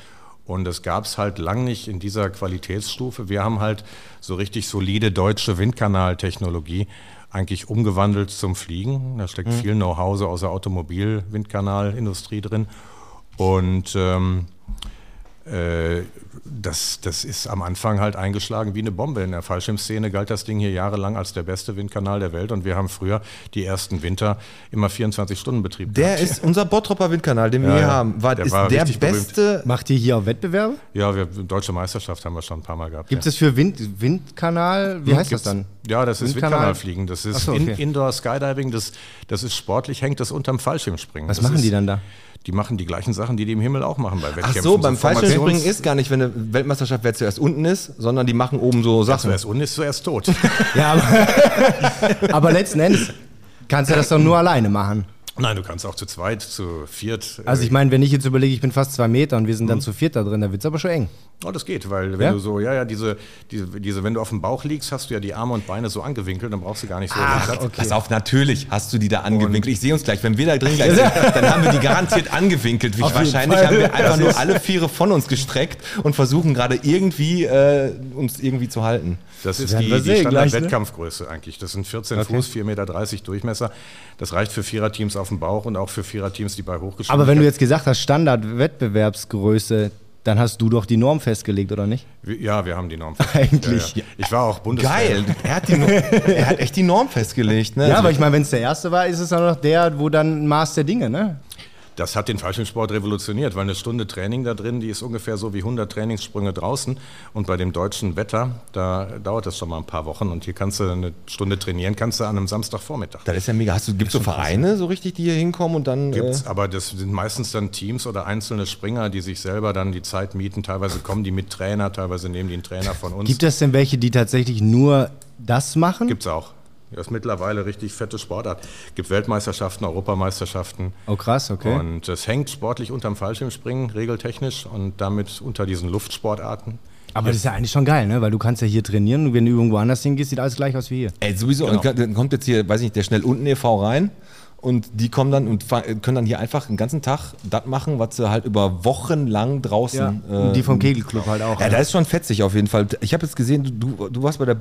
Und das gab's halt lang nicht in dieser Qualitätsstufe. Wir haben halt so richtig solide deutsche Windkanaltechnologie eigentlich umgewandelt zum Fliegen. Da
Mhm.
steckt viel Know-how so aus der Automobil-Windkanalindustrie drin. Und ähm, äh, das, das ist am Anfang halt eingeschlagen wie eine Bombe. In der Fallschirmszene galt das Ding hier jahrelang als der beste Windkanal der Welt. Und wir haben früher die ersten Winter immer 24-Stunden-Betrieb
der ist unser Bottropper Windkanal, den wir
Ja,
hier
ja.
haben. War,
Der
ist
war
der
richtig berühmt.
beste.
Macht ihr hier auch Wettbewerbe?
Ja, wir, deutsche Meisterschaft haben wir schon ein paar Mal gehabt.
Gibt
ja.
es für Wind, Windkanal? Wie heißt das dann?
Hm, Ja, das ist
Windkanal?
Windkanalfliegen. Das
Ach
ist
so,
in,
okay.
Indoor Skydiving. Das, das ist sportlich, hängt das unterm Fallschirmspringen.
Was
das
machen
ist,
die dann da?
Die machen die gleichen Sachen, die die im Himmel auch machen bei
Ach
Wettkämpfen.
so, beim
Formations-
Fallschirmspringen ist gar nicht, wenn eine Weltmeisterschaft, wer zuerst unten ist, sondern die machen oben so Sachen.
Zuerst unten ist zuerst tot.
*laughs* Ja, aber, aber letzten Endes kannst du das doch nur alleine machen.
Nein, du kannst auch zu zweit, zu viert. äh,
Also ich meine, wenn ich jetzt überlege, ich bin fast zwei Meter und wir sind
Hm.
dann zu viert da drin, dann wird es aber schon eng.
Oh, das geht, weil wenn
Ja?
du so, ja, ja, diese, diese, diese, wenn du auf dem Bauch liegst, hast du ja die Arme und Beine so angewinkelt, dann brauchst du gar nicht so.
Ah,
Ach, pass auf, natürlich hast du die da angewinkelt. Ich sehe uns gleich, wenn wir da drin gleich sind, dann haben wir die garantiert angewinkelt. Wie
jeden
wahrscheinlich
Fall.
haben wir einfach
Das
nur
ist-
alle Viere von uns gestreckt und versuchen gerade irgendwie äh, uns irgendwie zu halten.
das ist
werden
die,
wir
die
sehen gleich, ne?
Standard-Wettkampfgröße eigentlich. Das sind 14 Fuß, 4,30 Meter Durchmesser. Das reicht für Viererteams auf dem Bauch und auch für Viererteams, die bei Hochgeschwindigkeit.
Aber wenn du jetzt gesagt hast, Standard-Wettbewerbsgröße, dann hast du doch die Norm festgelegt, oder nicht?
Wir- Ja, wir haben
*laughs*
die Norm.
Eigentlich,
Ja, ja. Ich war auch Bundeswehr.
Geil, er hat, die, Norm- er hat echt die Norm festgelegt. Ne?
Ja, aber ich meine, wenn es der erste war, ist es dann noch der, wo dann ein Maß der Dinge, ne?
Das hat den Fallschirmsport revolutioniert, weil eine Stunde Training da drin, die ist ungefähr so wie 100 Trainingssprünge draußen. Und bei dem deutschen Wetter, da dauert das schon mal ein paar Wochen. Und hier kannst du eine Stunde trainieren, kannst du an einem Samstagvormittag.
das ist ja mega. Hast du, gibt's so Vereine so richtig, die hier hinkommen und dann. äh,
Gibt's, aber das sind meistens dann Teams oder einzelne Springer, die sich selber dann die Zeit mieten. Teilweise kommen die mit Trainer, teilweise nehmen die einen Trainer von uns.
Gibt es denn welche, die tatsächlich nur das machen?
Gibt's auch. Das ist mittlerweile richtig fette Sportart. Gibt Weltmeisterschaften, Europameisterschaften.
Oh krass, okay.
Und es hängt sportlich unterm Fallschirmspringen, regeltechnisch und damit unter diesen Luftsportarten.
aber das ist ja eigentlich schon geil, ne? Weil du kannst ja hier trainieren und wenn du irgendwo anders hingehst, sieht alles gleich aus wie hier.
Ey, sowieso, und dann kommt jetzt hier, weiß ich nicht, der schnell unten e.V. rein und die kommen dann und fa- können dann hier einfach den ganzen Tag das machen, was sie halt über Wochen lang draußen. äh,
Und die vom Kegelclub halt auch.
Ja,
ne?
da ist schon fetzig auf jeden Fall. Ich habe jetzt gesehen, du- du, du warst bei der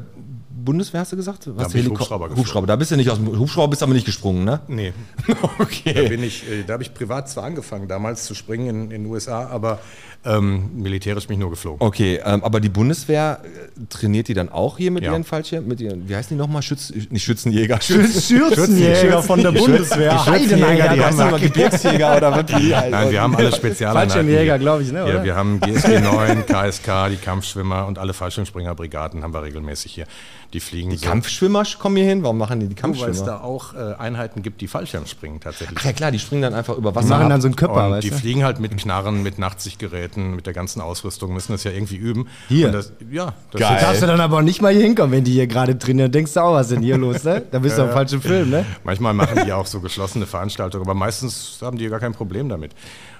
Bundeswehr, hast du gesagt? Da
bin ich Hubschrauber geflogen.
Hubschrauber. Da bist du nicht aus dem Hubschrauber, bist aber nicht gesprungen, ne?
Nee, da,
*laughs* Okay.
bin ich, äh, da habe ich privat zwar angefangen, damals zu springen in den USA, aber ähm, militärisch bin ich nur geflogen.
Okay, ähm, aber die Bundeswehr äh, trainiert die dann auch hier mit
Ja.
ihren Fallschirmen, mit ihren, wie heißen die nochmal? Schütz, nicht Schützenjäger,
Schürzenjäger von der Bundeswehr.
Heideneier, die
Heideneier,
haben
die
Schützenjäger, Gebirgsjäger oder was? die halt. heißen.
Nein, wir haben alle Spezialeinheiten.
Fallschirmjäger,
hier.
glaub ich, ne,
Ja,
oder?
wir haben GSG 9, KSK, die Kampfschwimmer und alle Fallschirmspringerbrigaden haben wir regelmäßig hier. Die fliegen
Die Kampfschwimmer kommen hier hin, warum machen die die
weil es
Kampfschwimmer?
da auch äh, Einheiten gibt, die Fallschirm springen tatsächlich.
Ach ja klar, die springen dann einfach über
Die
Wasser
machen
ab.
dann so einen Körper,
und
weißt
die
du?
fliegen halt mit Knarren, mit Nachtsichtgeräten, mit der ganzen Ausrüstung, müssen das ja irgendwie üben.
Hier.
Und Das, ja, das
Geil.
ist-
Darfst du dann aber auch nicht mal hier hinkommen, wenn die hier gerade trainieren. Denkst du auch, was ist denn hier los, ne? Da bist du am falschen Film, ne?
Manchmal machen die auch so geschlossene Veranstaltungen, aber meistens haben die gar kein Problem damit.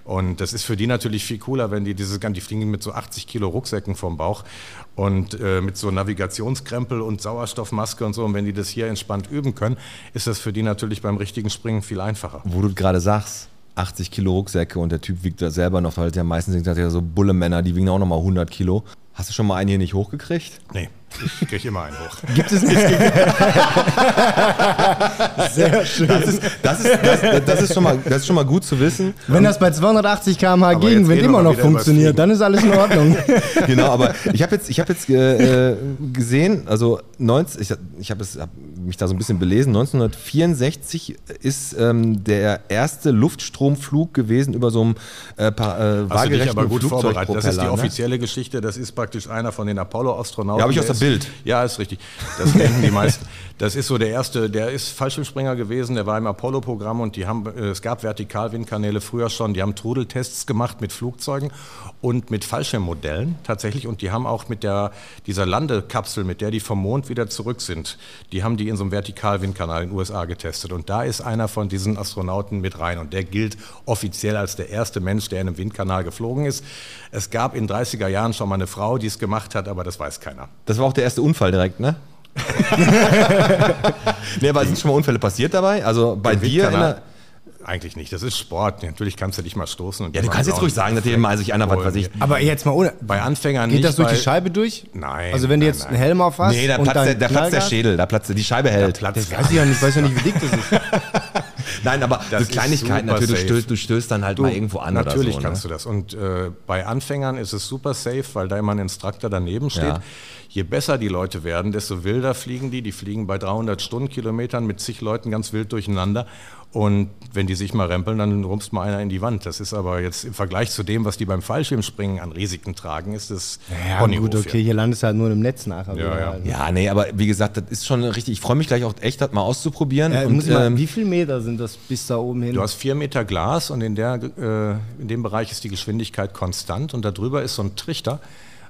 Und das ist für die natürlich viel cooler, wenn die dieses ganze, die fliegen mit so 80 Kilo Rucksäcken vom Bauch und äh, mit so Navigationskrempel und Sauerstoffmaske und so. Und wenn die das hier entspannt üben können, ist das für die natürlich beim richtigen Springen viel einfacher.
Wo du gerade sagst, 80 Kilo Rucksäcke und der Typ wiegt da selber noch, weil der meistens sind das ja so Bulle-Männer, die wiegen auch nochmal 100 Kilo. Hast du schon mal einen hier nicht hochgekriegt?
Nee, ich kriege immer einen hoch.
Gibt es nicht. Sehr schön.
Das ist, das ist, das, das ist, schon, mal, das ist schon mal gut zu wissen.
Wenn das bei 280 km/h
Aber
gegen,
jetzt
wenn
reden
immer
wir mal
noch
wieder
funktioniert,
über
dann ist alles in Ordnung.
*laughs*
genau, aber ich habe jetzt, ich hab jetzt äh, äh, gesehen, also 19, ich, hab- ich habe hab mich da so ein bisschen belesen, 1964 ist ähm, der erste Luftstromflug gewesen über so einem äh, pa- äh,
Hast du dich
waagerechten
aber gut vorbereitet. Das ist die
Flugzeugpropeller, ne?
offizielle Geschichte. Das ist praktisch einer von den Apollo-Astronauten.
Ja, hab ich aus dem
Der ist-
Bild.
Ja, ist richtig. Das denken die meisten. Das ist so der erste, der ist Fallschirmspringer gewesen, der war im Apollo-Programm und die haben, äh, es gab Vertikalwindkanäle früher schon, die haben Trudeltests gemacht mit Flugzeugen und mit Fallschirmmodellen tatsächlich und die haben auch mit der, dieser Landekapsel, mit der die vom Mond wieder zurück sind, die haben die in so einem Vertikalwindkanal in den USA getestet und da ist einer von diesen Astronauten mit rein und der gilt offiziell als der erste Mensch, der in einem Windkanal geflogen ist. Es gab in 30er Jahren schon mal eine Frau, die es gemacht hat, aber das weiß keiner.
Das war auch der erste Unfall direkt,
*laughs*
ne? nee, aber sind schon mal Unfälle passiert dabei? Also bei
Der
dir in
Windkanal-
der,
Eigentlich nicht, das ist Sport. Natürlich kannst du dich mal stoßen. Und
Ja, du kannst jetzt ruhig sagen, dass dir mal sich einer was weiß ich.
Aber jetzt mal ohne.
Bei Anfängern
Geht
nicht.
das durch die
weil-
Scheibe durch?
Nein,
Also wenn du
nein,
jetzt
nein.
einen Helm auf hast.
Nee, da
und
platzt, der,
dein
da platzt der
Knallgas-
Schädel, da platzt die Scheibe hält.
Platz
Das weiß ich ja nicht, ich weiß ja nicht, wie dick das ist.
Nein, aber
Das
so
ist
Kleinigkeiten,
super
natürlich, du
safe.
stößt, du stößt dann halt mal irgendwo an
Natürlich
oder so. ne?
kannst du das. ne? Und äh, bei Anfängern ist es super safe, weil da immer ein Instructor daneben steht.
Ja.
Je besser die Leute werden, desto wilder fliegen die. Die fliegen bei 300 Stundenkilometern mit zig Leuten ganz wild durcheinander. Und wenn die sich mal rempeln, dann rumpst mal einer in die Wand. Das ist aber jetzt im Vergleich zu dem, was die beim Fallschirmspringen an Risiken tragen, ist das
Ja,
Ponyhof
gut,
hier.
okay, hier landest du halt nur im Netz nachher. wieder
ja.
halt.
ne? Ja, nee, aber wie gesagt, das ist schon richtig. Ich freue mich gleich auch echt, das mal auszuprobieren.
Äh,
und,
muss mal,
ähm,
wie viel Meter sind das bis da oben hin?
Du hast vier Meter Glas und in, der, äh, in dem Bereich ist die Geschwindigkeit konstant und darüber ist so ein Trichter,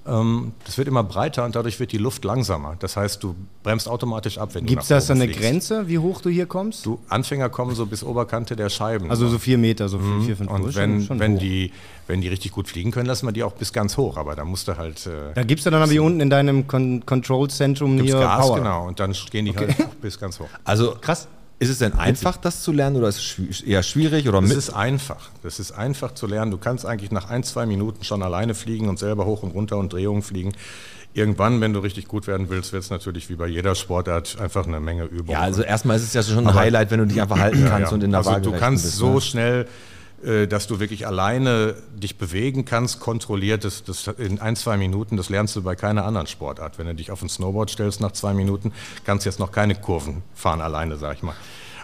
ähm, das wird immer breiter und dadurch wird die Luft langsamer. Das heißt, du bremst automatisch ab, wenn
Gibt es
du
da
nach
so
oben
eine
fliegst.
Grenze, wie hoch du hier kommst?
Du, Anfänger kommen so bis Oberkante der Scheiben.
also so vier Meter, so
Mhm.
vier, vier fünf Uhr,
und
schon-
wenn,
schon
wenn,
hoch.
die, wenn die richtig gut fliegen können, lassen wir die auch bis ganz hoch. Aber da musst du halt äh,
Da gibst du dann aber hier unten in deinem Con Control-Zentrum
gibst
hier
Gas,
Power.
genau. Und dann gehen die halt bis ganz hoch.
Also
Krass.
ist es denn einfach, das zu lernen oder ist es schwi- eher schwierig oder
Das
mit?
ist einfach. Das ist einfach zu lernen. Du kannst eigentlich nach ein, zwei Minuten schon alleine fliegen und selber hoch und runter und Drehungen fliegen. Irgendwann, wenn du richtig gut werden willst, wird es natürlich wie bei jeder Sportart einfach eine Menge Übung.
Ja, also erstmal ist es ja schon ein
Aber-
Highlight, wenn du dich einfach halten
Ja,
kannst
ja.
und in der
Also
Waage
du kannst
bist,
so
ne?
schnell, äh, dass du wirklich alleine dich bewegen kannst, kontrolliert. Das, das in ein, zwei Minuten, das lernst du bei keiner anderen Sportart. Wenn du dich auf ein Snowboard stellst nach zwei Minuten, kannst du jetzt noch keine Kurven fahren alleine, sag ich mal.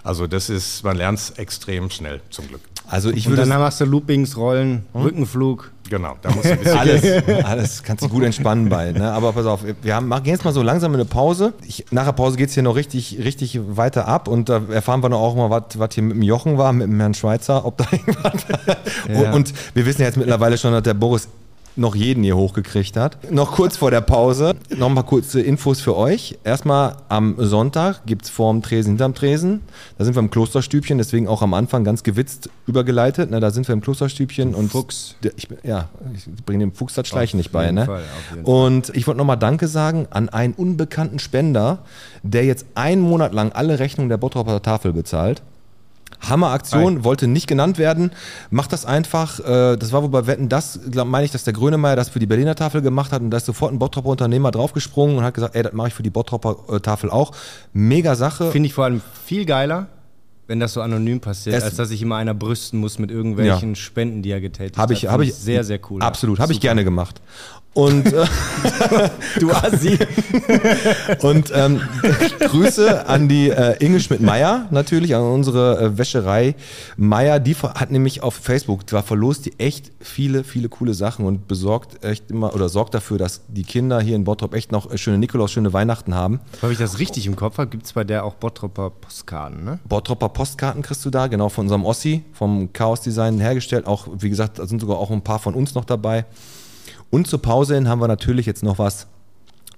Also das ist, man lernt es extrem schnell, zum Glück.
Also ich Hm?
Und
würde
dann
sagen,
machst du Loopings, Rollen, Rückenflug.
Genau, da musst du ein bisschen
alles, alles kannst dich gut entspannen bei. Ne? Aber pass auf, wir haben, machen jetzt mal so langsam eine Pause. Ich, nach der Pause geht es hier noch richtig, richtig weiter ab und da erfahren wir noch auch mal, was- was hier mit dem Jochen war, mit dem Herrn Schweizer, ob da *laughs* irgendwas.
Ja.
Und wir wissen ja jetzt mittlerweile schon, dass der Boris noch jeden hier hochgekriegt hat. Noch kurz vor der Pause, noch mal kurze Infos für euch. Erstmal am Sonntag gibt es vorm Tresen, hinterm Tresen. Da sind wir im Klosterstübchen, deswegen auch am Anfang ganz gewitzt übergeleitet. Ne, da sind wir im Klosterstübchen und
Fuchs.
Der- Ich, ja, ich bringe dem Fuchs das Schleichen nicht bei.
jeden
Ne?
Fall, auf jeden
und ich wollte nochmal Danke sagen an einen unbekannten Spender, der jetzt einen Monat lang alle Rechnungen der Bottroper Tafel bezahlt. Hammeraktion, wollte nicht genannt werden. Macht das einfach. Äh, das war wohl bei Wetten, das glaub, meine ich, dass der Grönemeyer das für die Berliner Tafel gemacht hat und da ist sofort ein Bottropper Unternehmer draufgesprungen und hat gesagt, ey, das mache ich für die Bottropper äh, Tafel auch. Mega Sache.
Finde ich vor allem viel geiler, wenn das so anonym passiert,
Es-
als dass sich immer einer brüsten muss mit irgendwelchen Spenden, die er getätigt
Habe ich,
hat.
hab
Finde
ich
also Sehr, sehr cool.
Absolut, habe ich gerne gemacht. Und äh,
*laughs* Du Assi.
*laughs* Und ähm, Grüße an die äh, Inge Schmidt-Meyer natürlich, an unsere äh, Wäscherei Meyer. Die ver- hat nämlich auf Facebook, zwar verlost die echt viele, viele coole Sachen und besorgt echt immer oder sorgt dafür, dass die Kinder hier in Bottrop echt noch äh, schöne Nikolaus, schöne Weihnachten haben.
Ob ich das richtig im Kopf habe, gibt es bei der auch Bottropper Postkarten, ne?
Bottropper Postkarten kriegst du da, genau von unserem Ossi, vom Chaos Design hergestellt. Auch, wie gesagt, da sind sogar auch ein paar von uns noch dabei. Und zur Pause hin haben wir natürlich jetzt noch was.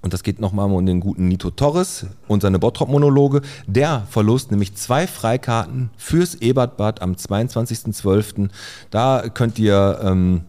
Und das geht nochmal um den guten Nito Torres und seine Bottrop-Monologe. Der verlost nämlich zwei Freikarten fürs Ebertbad am 22.12. Da könnt ihr ähm,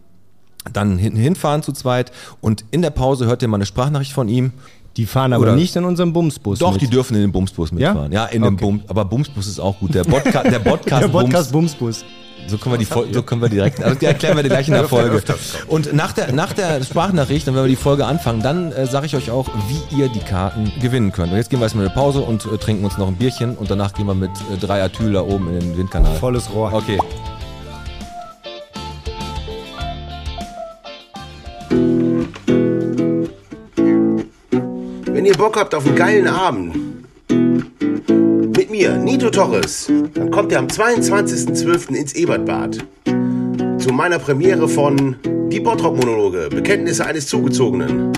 dann hin, hinfahren zu zweit. Und in der Pause hört ihr mal eine Sprachnachricht von ihm.
Die fahren aber
Oder-
nicht in unserem Bumsbus.
Doch,
mit.
die dürfen in den Bumsbus mitfahren. Ja, in dem
Okay.
Bums, aber Bumsbus ist auch gut. Der, Bodka
*laughs*
der Podcast,
Der Podcast Bumsbus.
Bums, so können wir die Fol- so können wir direkt, also die erklären wir dir gleich in der Folge. Und nach der, nach der Sprachnachricht, und wenn wir die Folge anfangen, dann äh, sage ich euch auch, wie ihr die Karten gewinnen könnt. Und jetzt gehen wir erstmal eine Pause und äh, trinken uns noch ein Bierchen und danach gehen wir mit äh, drei Atyl da oben in den Windkanal.
Volles Rohr.
Okay.
Wenn ihr Bock habt auf einen geilen Abend mit mir, Nito Torres, dann kommt ihr am 22.12. ins Ebertbad zu meiner Premiere von Die Bottrop-Monologe, Bekenntnisse eines Zugezogenen.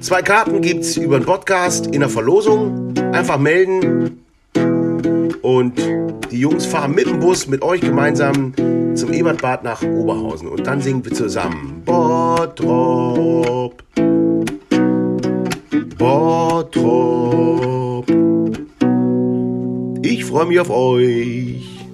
Zwei Karten gibt's über den Podcast in der Verlosung. Einfach melden und die Jungs fahren mit dem Bus mit euch gemeinsam zum Ebertbad nach Oberhausen und dann singen wir zusammen Bottrop. Bottrop. Ich freue mich auf euch.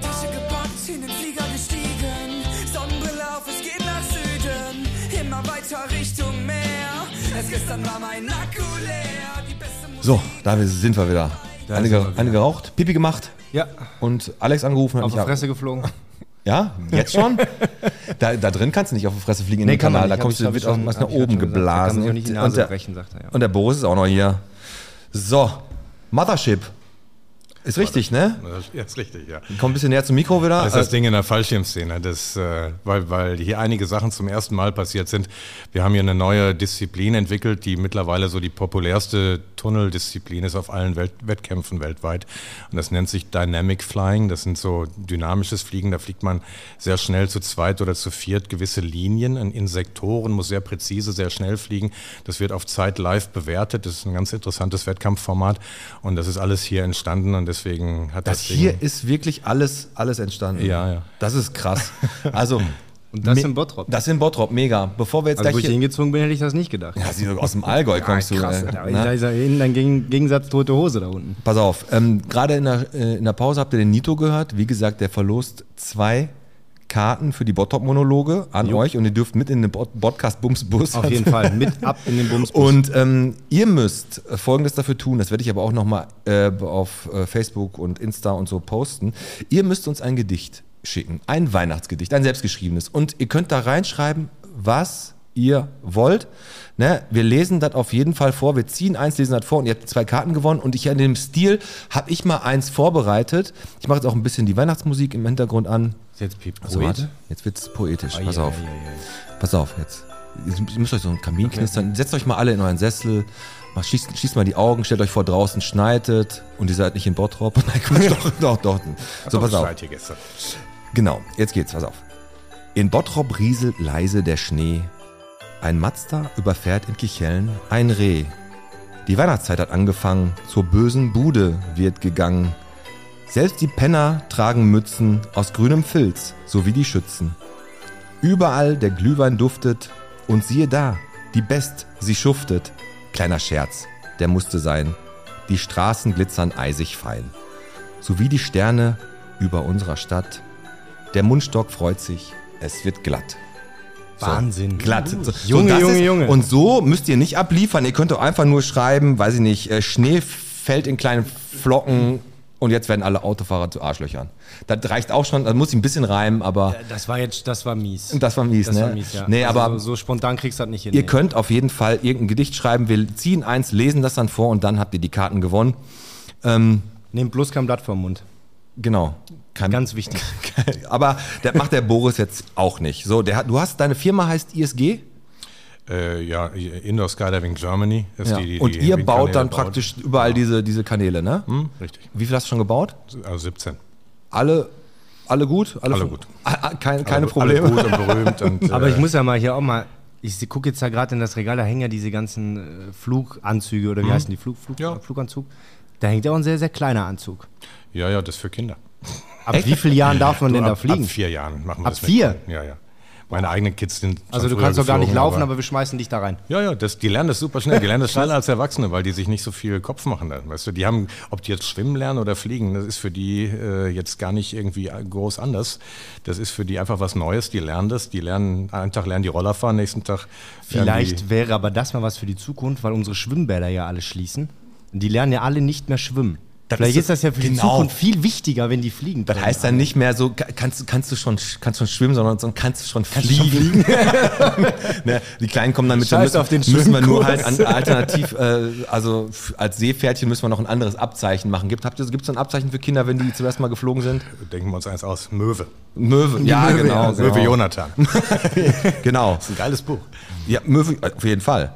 Tasche gepackt, in den Flieger gestiegen. Sonnenbrille auf, es geht nach Süden. Immer weiter Richtung Meer. Erst gestern war mein Akku leer. Die beste Musik.
So, da sind wir wieder.
Da
eine,
sind
ge-
wir wieder.
eine geraucht, Pipi gemacht
Ja,
und Alex angerufen hat
auf
mich
die
ab-
Fresse geflogen. Also
Ja, jetzt
*laughs*
schon? da, da drin kannst du nicht auf die Fresse fliegen in
Nee,
den
kann man
Kanal. Da
nicht.
kommst
Hab
du wird
ich, glaub
aus
ich,
nach
schon- hab ich
oben
schon gesagt. Da kann
geblasen.
man sich auch nicht die
und,
Nase
der,
brechen, sagt er, ja.
und der Boris ist auch noch hier. So, Mothership. Ist richtig, ne?
Ja, ist richtig, ja.
Komm ein bisschen näher zum Mikro wieder.
Das ist das
Äh,
Ding in der Fallschirmszene, das, äh, weil, weil hier einige Sachen zum ersten Mal passiert sind. Wir haben hier eine neue Disziplin entwickelt, die mittlerweile so die populärste Tunneldisziplin ist auf allen Welt Wettkämpfen weltweit. Und das nennt sich Dynamic Flying. Das sind so dynamisches Fliegen. Da fliegt man sehr schnell zu zweit oder zu viert gewisse Linien in, in Sektoren, muss sehr präzise, sehr schnell fliegen. Das wird auf Zeit live bewertet. Das ist ein ganz interessantes Wettkampfformat. Und das ist alles hier entstanden und deswegen hat das,
das
Ding
hier ist wirklich alles, alles entstanden.
*laughs*
Ja, ja.
Das ist krass. Also,
Und das
Me-
in Bottrop.
Das in Bottrop, mega. Bevor wir jetzt
also, wo
gleich
ich
hier,
hingezogen bin, hätte ich das nicht gedacht.
Ja, sie- aus dem Allgäu kommst du.
krass,
äh,
da,
ne?
da ist er hin, dann gegen, Gegensatz tote Hose da unten.
Pass auf, ähm, gerade in, der, äh, in der Pause habt ihr den Nito gehört. Wie gesagt, der verlost zwei Karten für die Bottrop-Monologe an euch und ihr dürft mit in den Pod Podcast-Bums-Bus.
Auf
*laughs*
jeden Fall, mit ab in den Bumsbus.
Also- Und ähm, ihr müsst Folgendes dafür tun, das werde ich aber auch nochmal äh, auf äh, Facebook und Insta und so posten. Ihr müsst uns ein Gedicht schicken, ein Weihnachtsgedicht, ein selbstgeschriebenes. Und ihr könnt da reinschreiben, was ihr wollt. Ne? Wir lesen das auf jeden Fall vor, wir ziehen eins, lesen das vor und ihr habt zwei Karten gewonnen. Und ich in dem Stil habe ich mal eins vorbereitet. Ich mache jetzt auch ein bisschen die Weihnachtsmusik im Hintergrund an.
ist jetzt Piep.
So, Also warte, jetzt wird's poetisch. Pass auf.
ei,
Pass auf jetzt. Ihr müsst euch so einen Kamin knistern. Setzt euch mal alle in euren Sessel. Macht, schließt, schließt mal die Augen, stellt euch vor draußen, schneitet und ihr seid nicht in Bottrop. *laughs* Nein, Quatsch, doch, doch, doch. So, pass auf.
Zeit hier gestern.
Genau, jetzt geht's, pass auf. In Bottrop rieselt leise der Schnee. Ein Mazda überfährt in Kicheln ein Reh. Die Weihnachtszeit hat angefangen, zur bösen Bude wird gegangen. Selbst die Penner tragen Mützen aus grünem Filz, sowie die Schützen. Überall der Glühwein duftet und siehe da, die Best, sie schuftet. Kleiner Scherz, der musste sein. Die Straßen glitzern eisig fein, sowie die Sterne über unserer Stadt. Der Mundstock freut sich, es wird glatt.
Wahnsinn.
Glatt. So,
Junge,
das
Junge,
ist,
Junge.
Und so müsst ihr nicht abliefern. Ihr könnt doch einfach nur schreiben, weiß ich nicht, äh, Schnee fällt in kleinen Flocken und jetzt werden alle Autofahrer zu Arschlöchern. Das reicht auch schon, da muss ich ein bisschen reimen, aber
Das war jetzt, das war mies.
das war mies,
Das
ne?
war mies, ja.
Nee,
Also
aber
so, so spontan kriegst du das nicht hin.
ihr
nee.
könnt auf jeden Fall irgendein Gedicht schreiben. Wir ziehen eins, lesen das dann vor und dann habt ihr die Karten gewonnen.
Nehmt bloß kein Blatt vom Mund.
Genau. Kein,
Ganz wichtig.
aber das macht der Boris jetzt auch nicht. So, der hat, du hast, deine Firma heißt ISG?
Äh, ja, Indoor Skydiving Germany ist
Ja.
die, die
und
die
ihr
Windkanäle
baut dann
baut.
praktisch überall diese, diese Kanäle, ne?
Hm, richtig,
Wie viel hast du schon gebaut?
also 17.
Alle, alle gut?
Alle
fun-
gut.
Ah, ah, kein, keine
alle,
Probleme.
Alle gut und
*laughs*
berühmt. Und,
Aber
äh,
ich muss ja mal hier auch mal. Ich gucke jetzt da gerade in das Regal, da hängen ja diese ganzen äh, Fluganzüge oder wie heißen die? Flug, Flug,
Ja.
Fluganzug. Da hängt ja auch ein sehr, sehr kleiner Anzug.
Ja, ja, das ist für Kinder.
Ab wie vielen Jahren darf man denn
ab,
da fliegen?
Ab vier Jahren machen wir
Ab
das.
vier?
Mit. Ja, ja. Meine eigenen Kids sind. schon
also du
früher
kannst doch gar nicht
geflogen,
laufen, aber, wir schmeißen dich da rein.
Ja, ja, das, die lernen das super schnell. Die lernen das schneller als Erwachsene, weil die sich nicht so viel Kopf machen. Dann, weißt du, die haben, ob die jetzt schwimmen lernen oder fliegen, das ist für die äh, jetzt gar nicht irgendwie groß anders. Das ist für die einfach was Neues. Die lernen das. Die lernen, einen Tag lernen die Roller fahren, nächsten Tag. lernen
Vielleicht
Die,
wäre aber das mal was für die Zukunft, weil unsere Schwimmbäder ja alle schließen. Die lernen ja alle nicht mehr schwimmen. Vielleicht
ist
ist das ja für die
genau.
Zukunft viel wichtiger, wenn die fliegen.
Das heißt dann nicht mehr so, ka- kannst, kannst du schon, sch- kannst schon schwimmen, sondern sondern kannst du schon fliegen. *laughs* ne, die Kleinen kommen dann mit, dann
Scheiß auf den
müssen wir nur halt
Schwimmkurs.
an, alternativ, äh, also f- als Seepferdchen müssen wir noch ein anderes Abzeichen machen. Gibt es gibt's so ein Abzeichen für Kinder, wenn die zum ersten Mal geflogen sind?
denken wir uns eins aus. Möwe.
Möwe, ja,
Möwe,
genau.
ja,
genau.
Möwe Jonathan.
Genau.
Ein geiles Buch.
Ja, Möwe, auf jeden Fall.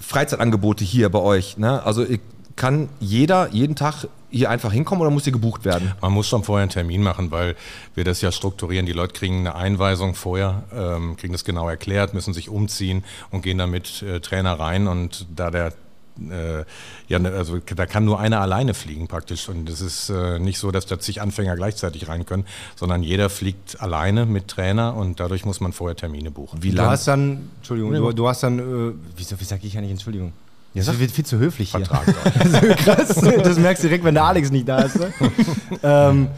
Freizeitangebote hier bei euch, ne? Also ich- kann jeder jeden Tag hier einfach hinkommen oder muss hier gebucht werden?
Man muss schon vorher einen Termin machen, weil wir das ja strukturieren. Die Leute kriegen eine Einweisung vorher, ähm, kriegen das genau erklärt, müssen sich umziehen und gehen dann mit äh, Trainer rein. Und da der äh, ja, ne, also da kann nur einer alleine fliegen praktisch. Und es ist äh, nicht so, dass da zig Anfänger gleichzeitig rein können, sondern jeder fliegt alleine mit Trainer und dadurch muss man vorher Termine buchen.
Wie
Du
lang-
hast dann, Entschuldigung, du, du hast dann, äh, wieso wie sag ich ja nicht Entschuldigung? Das wird viel zu höflich hier.
Vertragt euch.
so krass. *laughs* Das merkst du direkt, wenn der Alex nicht da ist. Ne? ähm,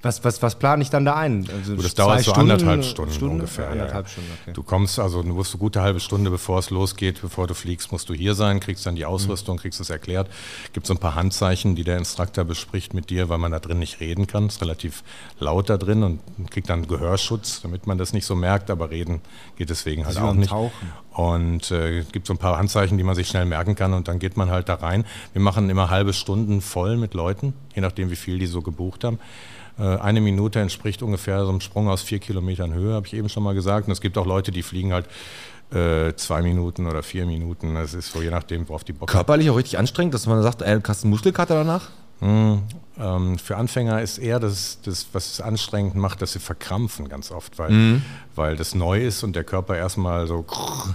was, was, was plane ich dann da ein? Also
das
zwei
dauert so anderthalb
äh,
Stunden ungefähr, ja,
Anderthalb
ja.
Stunden, okay.
Du kommst also, du musst eine gute halbe Stunde, bevor es losgeht, bevor du fliegst, musst du hier sein, kriegst dann die
Mhm.
Ausrüstung, kriegst es erklärt. Gibt so ein paar Handzeichen, die der Instruktor bespricht mit dir, weil man da drin nicht reden kann. Ist relativ laut da drin und kriegt dann Gehörschutz, damit man das nicht so merkt, aber reden geht deswegen halt
wie
auch
beim
nicht.
Tauchen.
Und äh, gibt so ein paar Handzeichen, die man sich schnell merken kann und dann geht man halt da rein. Wir machen immer halbe Stunden voll mit Leuten, je nachdem wie viel die so gebucht haben. Äh, Eine Minute entspricht ungefähr so einem Sprung aus vier Kilometern Höhe, habe ich eben schon mal gesagt. Und es gibt auch Leute, die fliegen halt äh, zwei Minuten oder vier Minuten. Das ist so je nachdem, worauf die Bock haben.
Körperlich auch richtig anstrengend, dass man sagt, ey, du hast einen Muskelkater danach?
Ähm, für Anfänger ist eher das, das, was es anstrengend macht, dass sie verkrampfen ganz oft, weil,
Mhm.
weil das neu ist und der Körper erstmal so krrr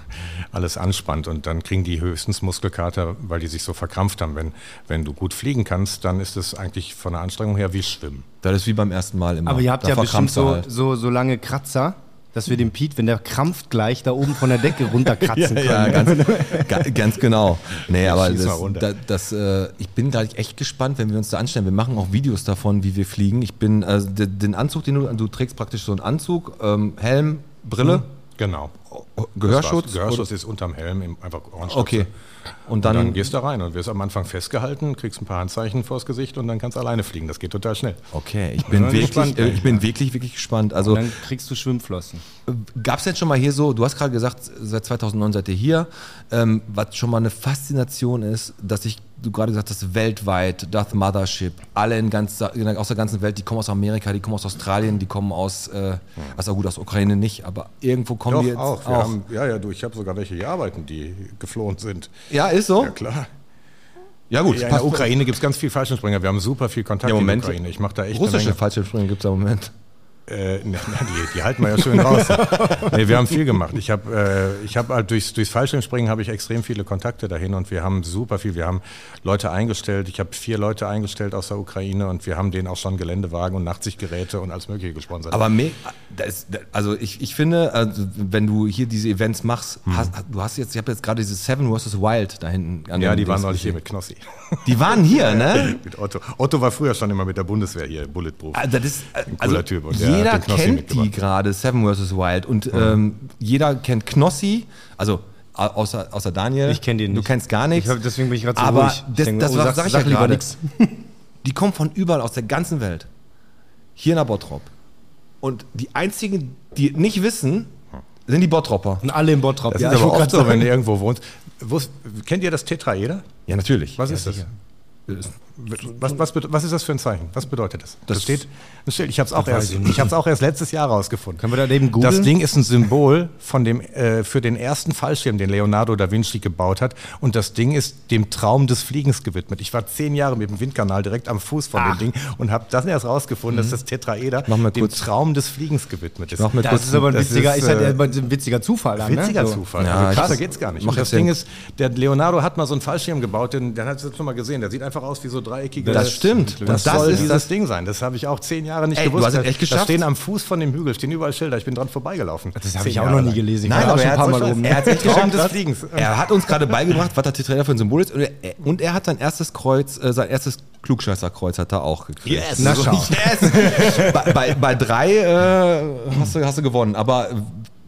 alles anspannt und dann kriegen die höchstens Muskelkater, weil die sich so verkrampft haben. Wenn, wenn du gut fliegen kannst, dann ist es eigentlich von der Anstrengung her wie Schwimmen.
Das ist wie beim ersten Mal immer.
Aber ihr habt
Da
ja bestimmt
verkrampfst du
so,
halt.
so, so lange Kratzer, dass wir den Piet, wenn der krampft, gleich da oben von der Decke runterkratzen können.
Ja, ganz, ga, ganz genau. Nee, aber
schieß mal
das,
runter.
da- das, äh, ich bin gleich echt gespannt, wenn wir uns da anstellen. Wir machen auch Videos davon, wie wir fliegen. Ich bin, also de- den Anzug, den du, du trägst praktisch so einen Anzug, ähm, Helm, Brille,
Genau.
Oh, Gehörschutz.
Gehörschutz ist unterm Helm, im, einfach Ohrenstöpsel.
Okay. Und
Dann,
dann,
gehst du da rein und wirst am Anfang festgehalten, kriegst ein paar Handzeichen vors Gesicht und dann kannst du alleine fliegen. Das geht total schnell.
Okay, ich bin,
bin
wirklich,
gespannt,
äh,
ey.
ich bin wirklich, wirklich gespannt. Also
Dann kriegst du Schwimmflossen.
Gab es jetzt schon mal hier so, du hast gerade gesagt, seit 2009 seid ihr hier, ähm, was schon mal eine Faszination ist, dass ich, du gerade gesagt hast, weltweit, das Mothership, alle in ganz, in, aus der ganzen Welt, die kommen aus Amerika, die kommen aus Australien, die kommen aus, äh, also gut, aus Ukraine nicht, aber irgendwo kommen die jetzt
Hm. Wir Haben, ja, ja, du, ich habe sogar welche hier arbeiten, die geflohen sind.
ja, ist so.
Ja, klar.
Ja, gut,
Ja, in
passt.
der Ukraine gibt es ganz viel Fallschirmspringer. Wir haben super viel Kontakt
Ja, Moment.
in der Ukraine. Ich mache da echt
Russische
eine
Fallschirmspringer gibt es im Moment.
Menge. Äh, na, na, die, die halten wir ja
*laughs*
schön raus. nee, wir haben viel gemacht. Ich habe äh, ich hab halt durchs, durchs Fallschirmspringen habe ich extrem viele Kontakte dahin und wir haben super viel. Wir haben Leute eingestellt. Ich habe vier Leute eingestellt aus der Ukraine und wir haben denen auch schon Geländewagen und Nachtsichtgeräte und alles Mögliche gesponsert.
Aber me das, das, also ich, ich finde, also wenn du hier diese Events machst,
Hm.
hast, du hast jetzt, ich habe jetzt gerade diese Seven vs. Wild da hinten. an
ja,
dem
die
Dings
waren neulich hier
gesehen.
mit Knossi.
Die waren hier, ne?
*laughs* mit Otto. Otto war früher schon immer mit der Bundeswehr hier, Bulletproof.
Also, das ist,
Ein cooler
also
Typ und der
jeder
hat den Knossi
kennt die
mitgebracht.
gerade, Seven vs. Wild. Und ähm, jeder kennt Knossi, also au- außer, außer Daniel.
Ich kenn den
Du
nicht.
kennst gar nichts.
Ich hab- deswegen bin ich gerade so
Aber
ruhig. Ich
das,
denk,
das
oh,
war,
sag-
sag ich
sag
ja
lieber
gerade.
nix.
Die kommen von überall, aus der ganzen Welt. Hier nach Bottrop. Und die einzigen, die nicht wissen, sind die Bottropper.
Und alle im Bottrop.
Das
ja,
ist
ich
aber
wollt
oft
grad
so, wenn
sagen.
du irgendwo wohnst. Wus- kennt ihr das Tetraeder?
Ja, natürlich.
Was
ja,
ist
sicher.
das? Was, was, bed- was ist das für ein Zeichen? Was bedeutet das?
Das-
steht, das steht ich habe es auch,
weiß
erst-
ich nicht.
ich hab's auch erst letztes Jahr rausgefunden.
Können wir da eben
Das
googeln?
Ding ist ein Symbol von dem, äh, für den ersten Fallschirm, den Leonardo da Vinci gebaut hat. Und das Ding ist dem Traum des Fliegens gewidmet. Ich war zehn Jahre mit dem Windkanal direkt am Fuß von dem Ding und habe das erst rausgefunden, dass das Tetraeder
mach mal
dem
kurz-
Traum des Fliegens gewidmet ist.
mach mal kurz-
Das ist aber ein
Das
witziger,
ist,
ist, halt
äh,
immer ein witziger Zufall. Dann,
Witziger
ne? So.
Zufall.
Ja,
also krasser
krass.
geht's gar nicht.
Mach
Und das
jetzt den-
Ding ist, der Leonardo hat mal so einen Fallschirm gebaut, den, den hat es jetzt schon mal gesehen. Der sieht einfach aus wie so dreieckige.
Das stimmt.
Das,
Und das
soll
ist
dieses
das-
Ding sein. Das habe ich auch zehn Jahre nicht
Ey, du
gewusst.
hast es
Da-
echt
Da
geschafft.
stehen am Fuß von dem Hügel stehen überall Schilder. Ich bin dran vorbeigelaufen.
Das habe
Zehn
ich auch
Jahre
noch nie
lang.
gelesen. Ich
Nein,
war auch
aber
schon
er
ein
hat
paar
so
Mal
Scheiß-
oben.
er hat
ne? *laughs*
sich
Traum
geschafft,
des
dass-
Fliegens.
Er hat uns gerade beigebracht, was der Tetraeder für ein Symbol ist. Und er, und er hat sein erstes Kreuz, äh, sein erstes Klugscheißerkreuz hat er auch gekriegt.
Yes.
Na schau.
*laughs* Yes. bei, bei, bei drei äh, hast, du, hast du gewonnen. Aber äh,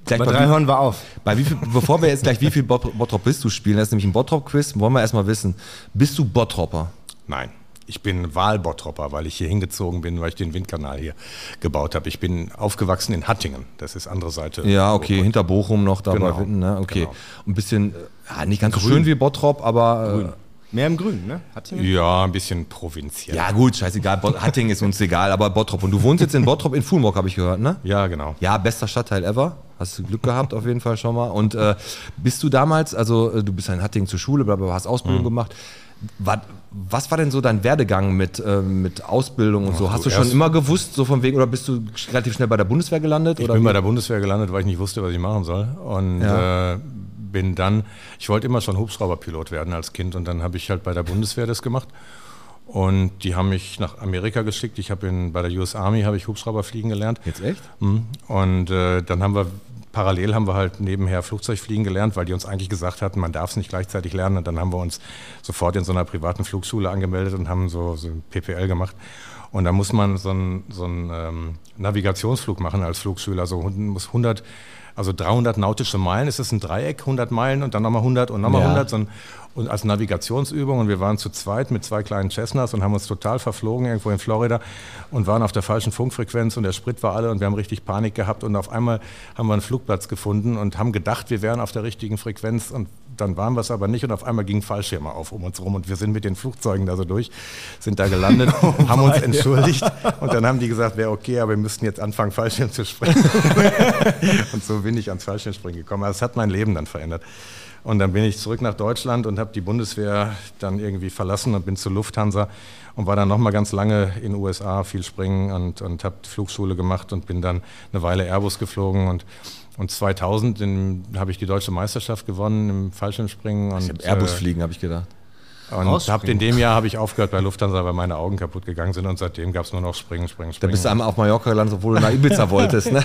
gleich
Bei
bei,
drei
wie,
hören wir auf.
bei wie viel, bevor wir jetzt gleich wie viel Bot- Bottrop bist du spielen, das ist nämlich ein Bottrop-Quiz, wollen wir erstmal wissen. Bist du Bottropper?
Nein. Ich bin Wahlbottropper, weil ich hier hingezogen bin, weil ich den Windkanal hier gebaut habe. Ich bin aufgewachsen in Hattingen. Das ist andere Seite.
Ja, okay, hinter Bochum noch dabei.
Genau.
Ne? Okay.
Genau.
Ein bisschen, äh, ja, nicht ganz so schön wie Bottrop, aber. äh,
Mehr im Grün, ne? Hat ihn-
Ja, ein bisschen provinziell.
Äh, ja, gut, scheißegal. Bot- Hattingen ist uns egal, aber Bottrop. Und du wohnst jetzt in Bottrop in Fulmrock, habe ich gehört, ne?
ja genau.
Ja, bester Stadtteil ever. Hast du Glück gehabt auf jeden Fall schon mal. Und äh, bist du damals, also äh, du bist in Hattingen zur Schule, bla, bla, bla, hast
Mhm.
Ausbildung gemacht. Was, was war denn so dein Werdegang mit, äh, mit Ausbildung und so? Hast
du
du schon
erst-
immer gewusst, so von wegen, oder bist du relativ schnell bei der Bundeswehr gelandet?
Ich
oder
bin
wie?
bei der Bundeswehr gelandet, weil ich nicht wusste, was ich machen soll. Und äh, bin dann, ich wollte immer schon Hubschrauberpilot werden als Kind und dann habe ich halt bei der Bundeswehr das gemacht. Und die haben mich nach Amerika geschickt. Ich habe in- bei der US Army habe ich Hubschrauber fliegen gelernt.
Jetzt echt?
Mhm. Und äh, dann haben wir parallel haben wir halt nebenher Flugzeugfliegen gelernt, weil die uns eigentlich gesagt hatten, man darf es nicht gleichzeitig lernen. Und dann haben wir uns sofort in so einer privaten Flugschule angemeldet und haben so, so ein PPL gemacht. Und da muss man so einen so einen, ähm, Navigationsflug machen als Flugschüler. Also hun- muss 100, also 300 nautische Meilen. Ist das ein Dreieck? 100 Meilen und dann nochmal 100 und nochmal
Ja.
100. So ein, und als Navigationsübung und wir waren zu zweit mit zwei kleinen Cessnas und haben uns total verflogen irgendwo in Florida und waren auf der falschen Funkfrequenz und der Sprit war alle und wir haben richtig Panik gehabt und auf einmal haben wir einen Flugplatz gefunden und haben gedacht, wir wären auf der richtigen Frequenz und dann waren wir es aber nicht und auf einmal gingen Fallschirme auf um uns rum und wir sind mit den Flugzeugen da so durch, sind da gelandet, haben uns entschuldigt und dann haben die gesagt, wäre okay, aber wir müssten jetzt anfangen Fallschirm zu springen und so bin ich ans Fallschirmspringen gekommen. Also Das hat mein Leben dann verändert. Und dann bin ich zurück nach Deutschland und habe die Bundeswehr dann irgendwie verlassen und bin zur Lufthansa und war dann nochmal ganz lange in den USA, viel springen und, und habe Flugschule gemacht und bin dann eine Weile Airbus geflogen und und 2000 in- habe ich die deutsche Meisterschaft gewonnen im Fallschirmspringen.
Ich
Und,
hab Airbus
äh,
fliegen, habe ich gedacht.
und
Rausspringen.
hab in dem Jahr habe ich aufgehört bei Lufthansa, weil meine Augen kaputt gegangen sind und seitdem gab es nur noch Springen, Springen,
Da
Springen.
bist du einmal auf Mallorca gelandet, obwohl du nach Ibiza wolltest.
*laughs*
Ne?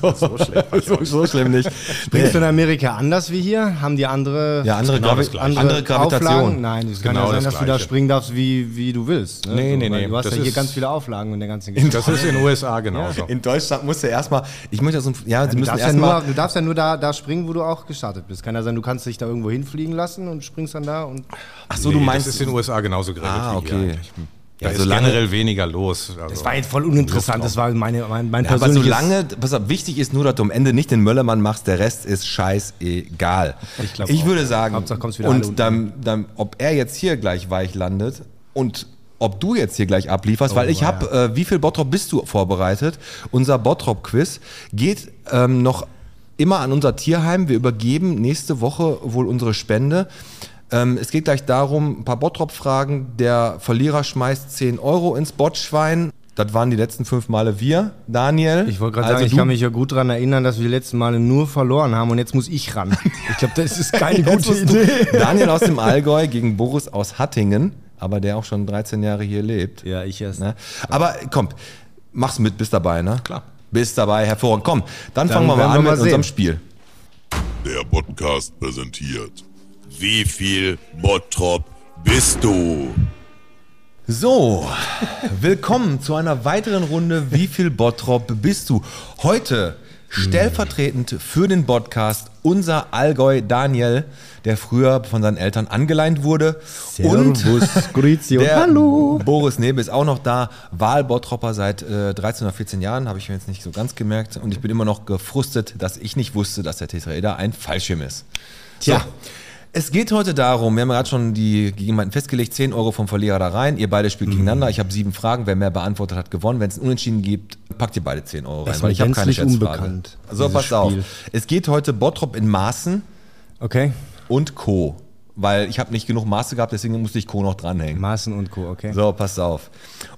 so, so
schlecht war ich
*laughs*
auch
so, schlimm nicht.
Bringst du in Amerika anders wie hier? Haben die andere,
Ja, andere,
Genau
Gravi
das Gleiche.
andere,
andere
Auflagen?
Gravitation.
Nein, es kann
Genau
ja sein,
das
dass du da
Gleiche.
springen darfst, wie, wie du willst. Ne?
Nee,
so,
nee,
weil
nee,
Du hast
das
ja hier
ist-
ganz viele Auflagen und der ganzen Geschichte.
das ist in den USA genauso.
In Deutschland musst du erstmal, ich möchte das, ja, sie
Also Du
müssen
darfst, ja nur,
erstmal,
du darfst ja nur da, da springen, wo du auch gestartet bist. Kann ja sein, du kannst dich da irgendwo hinfliegen lassen und springst dann da und
ach so, du meinst,
das ist in den USA genauso geregelt
ah,
wie halt. hier.
okay.
eigentlich. Da
Ja,
ist
solange,
generell weniger los. Also. Das
war jetzt voll uninteressant. Das war meine, mein, mein
aber
persönliches...
solange, pass auf, wichtig ist nur, dass du am Ende nicht den Möllermann machst, der Rest ist scheißegal.
Ich glaub
ich
auch.
würde sagen,
Hauptsache kommst wieder alle
und
unten
dann, Ähm, dann, ob er jetzt hier gleich weich landet und ob du jetzt hier gleich
Oh,
ablieferst, weil ich habe, äh, wie viel Bottrop bist du vorbereitet? Unser Bottrop-Quiz geht ähm, noch immer an unser Tierheim. Wir übergeben nächste Woche wohl unsere Spende. Ähm, es geht gleich darum, ein paar Bottrop-Fragen. Der Verlierer schmeißt 10 Euro ins Bottschwein. Das waren die letzten fünf Male wir, Daniel.
Ich wollte gerade
Also
sagen, ich
du- *laughs*
kann mich ja gut daran erinnern, dass wir die letzten Male nur verloren haben und jetzt muss ich *laughs* ran. Ich glaube, das ist keine gute Idee.
Daniel aus dem Allgäu gegen Boris aus Hattingen, aber der auch schon 13 Jahre hier lebt.
Ja, ich erst.
Ne? Aber kommt, mach's mit, bist dabei, ne?
Klar.
Bist dabei, hervorragend. Komm, dann, fangen wir mal
werden
an
wir
mit
mal
unserem
sehen.
Spiel.
Der Podcast präsentiert. Wie viel Bottrop bist du?
So, *laughs* willkommen zu einer weiteren Runde. Wie viel Bottrop bist du? Heute stellvertretend für den Podcast unser Allgäu Daniel, der früher von seinen Eltern angeleint wurde.
Servus, Grüezi und
der
Hallo.
Boris Nebe ist auch noch da. Wahlbottropper seit äh, 13 oder 14 Jahren, habe ich mir jetzt nicht so ganz gemerkt. Und ich bin immer noch gefrustet, dass ich nicht wusste, dass der Tetraeder ein Fallschirm ist. Tja. So. Es geht heute darum, wir haben ja gerade schon die Gegenwärten festgelegt, 10 Euro vom Verlierer da rein. Ihr beide
Mhm.
spielt gegeneinander. Ich habe sieben Fragen. Wer mehr beantwortet hat, gewonnen. Wenn es einen Unentschieden gibt, packt ihr beide 10 Euro rein,
ist
weil
mir
ich habe keine
gänzlich
Schätzfrage.
unbekannt,
So,
dieses
passt auf.
Spiel.
Es geht heute Bottrop in Maßen
Okay.
und Co. Weil ich habe nicht genug Maße gehabt, deswegen musste ich Co noch dranhängen.
Maßen und Co., okay.
So, passt auf.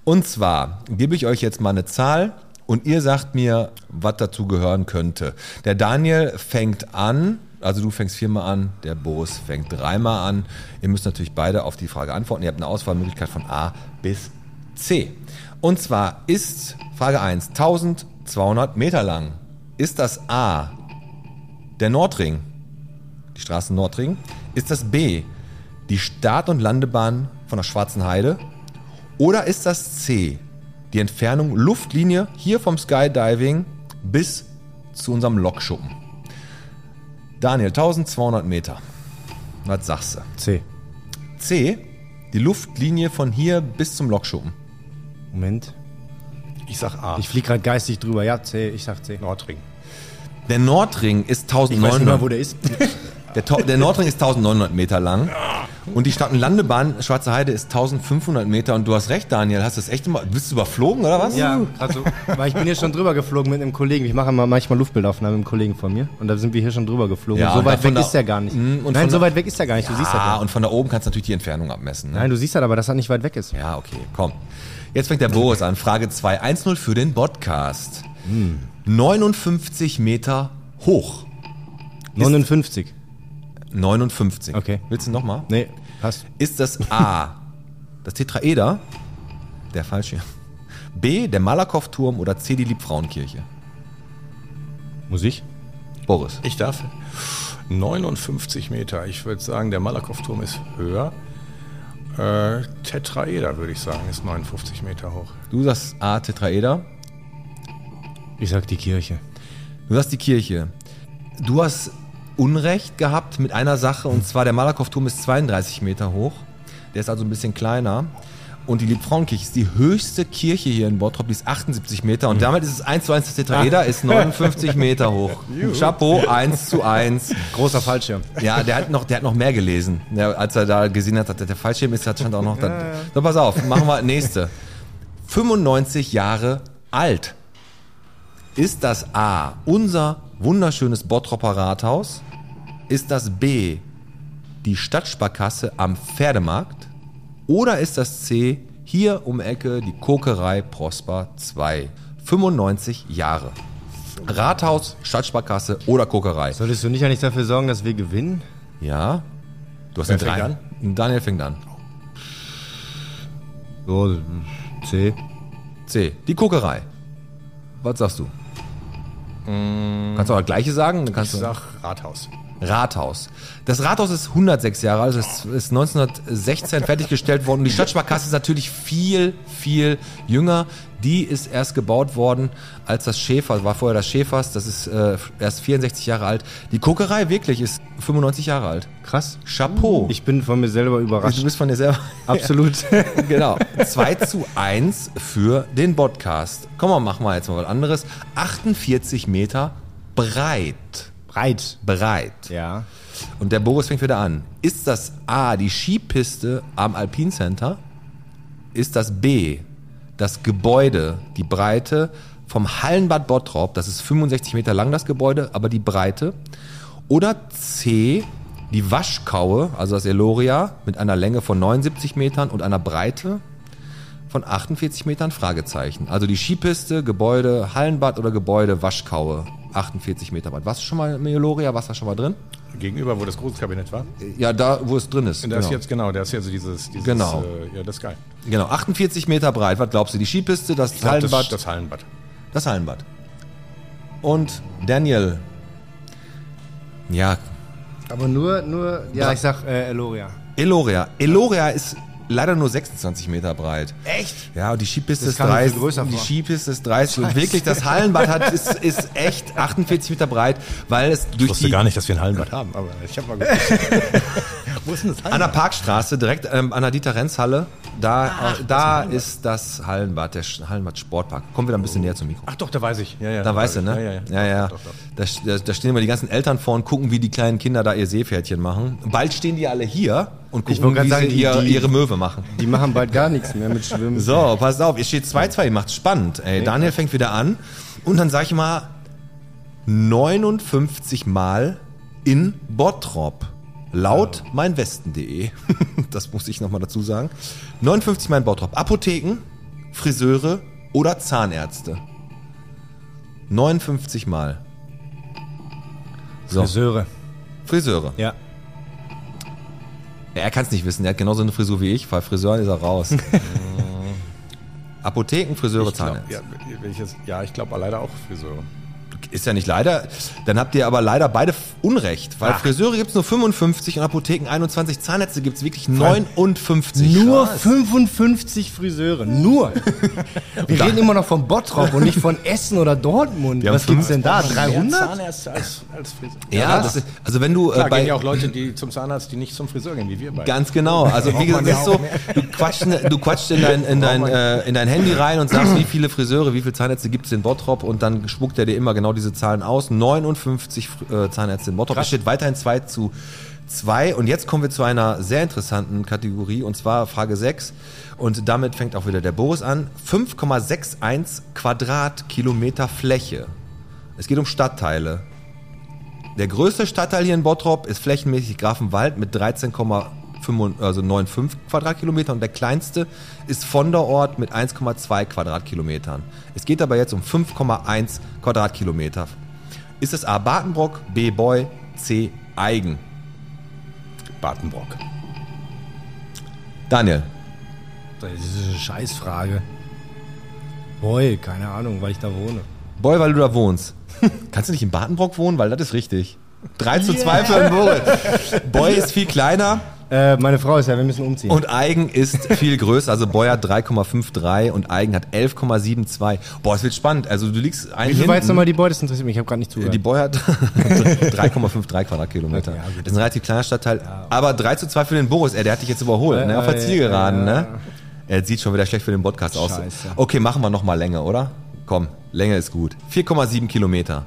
Und zwar gebe ich euch jetzt mal eine Zahl und ihr sagt mir, was dazu gehören könnte. Der Daniel fängt an, also du fängst viermal an, der Boris fängt dreimal an. Ihr müsst natürlich beide auf die Frage antworten. Ihr habt eine Auswahlmöglichkeit von A bis C. Und zwar ist Frage 1 1200 Meter lang. Ist das A der Nordring, die Straßen Nordring? Ist das B die Start- und Landebahn von der Schwarzen Heide? Oder ist das C, die Entfernung Luftlinie hier vom Skydiving bis zu unserem Lokschuppen? Daniel, 1200 Meter. Was sagst du?
C.
C, die Luftlinie von hier bis zum Lokschuppen.
Moment.
ich sag A.
Ich fliege gerade geistig drüber. Ja, C. Ich sag C.
Nordring.
Der Nordring ist
Ich weiß nicht mal,
1900,
wo der ist.
der, Tau- der Nordring ist 1900 Meter lang und die Stadt- und Landebahn Schwarze Heide ist 1500 Meter und du hast recht, Daniel, hast das echt immer, bist du überflogen oder was?
ja, gerade so. Weil ich bin hier schon drüber geflogen mit einem Kollegen. Ich mache immer manchmal Luftbildaufnahmen mit einem Kollegen von mir. Und da sind wir hier schon drüber geflogen.
Ja,
und so
und
weit
davon
weg
da-
ist der gar nicht.
Mm, und von
Nein, so
da-
weit weg ist der gar nicht. Du siehst das.
Ah,
ja.
und von da oben kannst du natürlich die Entfernung abmessen. Ne?
Nein, du siehst das aber, dass das nicht weit weg ist.
Ja, okay, komm. Jetzt fängt der Boris an. Frage 210 für den Podcast. 59 Meter hoch.
59.
59.
Okay.
Willst du nochmal?
Nee, passt.
Ist das A, das Tetraeder, der Fallschirm? B, der Malakow-Turm oder C, die Liebfrauenkirche?
Muss ich?
Boris.
Ich darf 59 Meter. Ich würde sagen, der Malakow-Turm ist höher. Äh, Tetraeder, würde ich sagen, ist 59 Meter hoch.
Du sagst A, Tetraeder.
Ich sag die Kirche.
Du sagst die Kirche. Du hast Unrecht gehabt mit einer Sache und zwar der Malakow-Turm ist 32 Meter hoch. Der ist also ein bisschen kleiner. Und die Liebfrauenkirche ist die höchste Kirche hier in Bottrop, die ist 78 Meter und damit ist es 1 zu 1 das Tetraeder, ist 59 Meter hoch. Chapeau, 1 zu 1.
Großer Fallschirm.
Ja, der hat noch, der hat noch mehr gelesen. Ja, als er da gesehen hat, dass der Fallschirm ist, hat stand auch noch. Da, so, pass auf, machen wir nächste. 95 Jahre alt. Ist das A, unser wunderschönes Bottropper Rathaus? Ist das B die Stadtsparkasse am Pferdemarkt? Oder ist das C hier um Ecke die Kokerei Prosper 2? 95 Jahre. Rathaus, Stadtsparkasse oder Kokerei?
Solltest du nicht eigentlich dafür sorgen, dass wir gewinnen?
Ja. Du hast
Wer
den
fängt
drei. Daniel fängt an.
So, C.
C. Die Kokerei. Was sagst du? Kannst du auch das Gleiche sagen? Dann kannst
Mm. Ich
du
sag Rathaus.
Rathaus. Das Rathaus ist 106 Jahre alt, es ist 1916 fertiggestellt worden. Die Stadtsparkasse ist natürlich viel, viel jünger. Die ist erst gebaut worden als das Schäfer, war vorher das Schäfers, das ist äh, erst 64 Jahre alt. Die Kokerei wirklich ist 95 Jahre alt.
Krass.
Uh,
Chapeau.
Ich bin von mir selber
du
überrascht.
bist von dir selber.
Absolut.
*laughs* genau. 2 zu 1 für den Podcast. Komm mal, machen wir jetzt mal was anderes. 48 Meter breit.
Breit.
Breit.
Ja.
Und der Boris fängt wieder an. Ist das A, die Skipiste am Alpine Center? Ist das B, das Gebäude, die Breite vom Hallenbad Bottrop? Das ist 65 Meter lang, das Gebäude, aber die Breite. Oder C, die Waschkaue, also das Eloria, mit einer Länge von 79 Metern und einer Breite von 48 Metern? Fragezeichen. Also die Skipiste, Gebäude, Hallenbad oder Gebäude, Waschkaue, 48 Meter breit. Warst du schon mal im Eloria? Warst du da schon mal drin?
Gegenüber, wo das Großkabinett war. Da
Ja, da, wo es drin ist.
ist jetzt genau, da ist jetzt dieses, dieses
Genau.
äh, ja, das ist geil.
genau, 48 Meter breit. Was glaubst du? Die Skipiste, das
Ich glaub, das-
Hallenbad?
Das Hallenbad.
das Hallenbad. Und Daniel. Ja,
Aber nur, nur, ja, ich sag äh, Eloria.
Eloria. Eloria ist leider nur 26 Meter breit.
Echt?
Ja, und die Skipiste
Das
ist
kam mir viel
30.
größer
die
vor.
Skipiste ist 30. Und wirklich, das Hallenbad hat, ist, ist echt 48 Meter breit, weil es durch
Ich wusste
die
gar nicht, dass wir ein Hallenbad haben, aber ich
*laughs*
habe mal geguckt. wo ist denn das
An der
Hallenbad?
Parkstraße, direkt ähm, an der Dieter-Renz-Halle, da, äh, da ist das Hallenbad, der Sch- Hallenbad-Sportpark. Kommen wir da ein bisschen näher zum Mikro.
Oh. Ach doch, da weiß ich. Ja, ja,
Da weißt du,
Ja,
ne?
ja.
ja. ja.
Doch, doch, doch.
Da, da, da stehen immer die ganzen Eltern vor und gucken, wie die kleinen Kinder da ihr Seepferdchen machen. Bald stehen die alle hier und
Ich
gucken,
wollte grad
wie
sagen,
sie
die-
ihr,
die-
ihre Möwe machen.
Die machen bald gar nichts mehr mit Schwimmen.
So, pass auf, ihr steht 2-2, ihr macht's spannend. Ey, Daniel fängt wieder an und dann sag ich mal 59 Mal in Bottrop. Laut meinwesten.de. *laughs* Das muss ich nochmal dazu sagen. 59 Mal in Bottrop. Apotheken, Friseure oder Zahnärzte. 59 Mal. So,
Friseure.
Friseure.
Ja.
Ja, Er kann es nicht wissen, er hat genauso eine Frisur wie ich, weil Friseur ist er
*laughs*
raus. Apotheken, Friseure,
Ich glaub,
Zahnärzte.
ja, welches, ja, ich glaube leider auch Friseure.
Ist ja nicht leider. Dann habt ihr aber leider beide f- Unrecht, weil Friseure gibt's nur 55 und Apotheken 21. Zahnärzte gibt's wirklich 59.
Nur
Krass.
55 Friseure. Nur.
*laughs*
Wir reden immer noch von Bottrop und nicht von Essen oder Dortmund.
Wir haben
Was gibt's denn da? 300?
Zahnärzte als, als Friseur.
Ja, das ist, also wenn du
Klar,
äh, bei
gehen ja auch Leute, die zum Zahnarzt, die nicht zum Friseur gehen, wie wir beide.
Ganz genau. Also wie gesagt, das ist so, du quatschst, ne, du quatschst in, dein, in, dein, äh, in dein Handy rein und sagst, wie viele Friseure, wie viele Zahnärzte gibt's in Bottrop und dann spuckt er dir immer genau diese Zahlen aus. 59 Fr- äh, Zahnärzte in Bottrop. Es steht weiterhin 2 zu 2. Und jetzt kommen wir zu einer sehr interessanten Kategorie und zwar Frage 6. Und damit fängt auch wieder der Boris an. 5,61 Quadratkilometer Fläche. Es geht um Stadtteile. Der größte Stadtteil hier in Bottrop ist flächenmäßig Grafenwald mit 13,95 also 9,5 Quadratkilometer und der kleinste ist Vonderort mit 1,2 Quadratkilometern. Es geht dabei jetzt um 5,1 Quadratkilometer. Ist es A. Bartenbrock, B. Boy, C. Eigen?
Badenbrock.
Daniel,
Das ist eine Scheißfrage. Boy, keine Ahnung, weil ich da wohne.
Boy, weil du da wohnst. *laughs* Kannst du nicht in Bartenbrock wohnen? Weil das ist richtig. 3 zu 2 für den Boris. Boy ist viel kleiner.
Äh, meine Frau ist ja, wir müssen umziehen.
Und Eigen ist viel größer. Also Boy hat 3,53 und Eigen hat 11,72. Boah, es wird spannend. Also du liegst ein
Wie viel war jetzt
hinten.
nochmal die Beute? Das interessiert mich, ich habe gerade nicht zugehört.
die Boy hat *laughs* 3,53 Quadratkilometer.
Okay, ja, gut.
das ist ein relativ kleiner Stadtteil. Aber 3 zu 2 für den Boris. Ey, der hat dich jetzt überholt. ne? Auf der
Äh,
Zielgeraden,
äh,
ne? Er sieht schon wieder schlecht für den Podcast aus.
Scheiße.
Okay, machen wir nochmal Länge, oder? Komm, Länge ist gut. 4,7 Kilometer.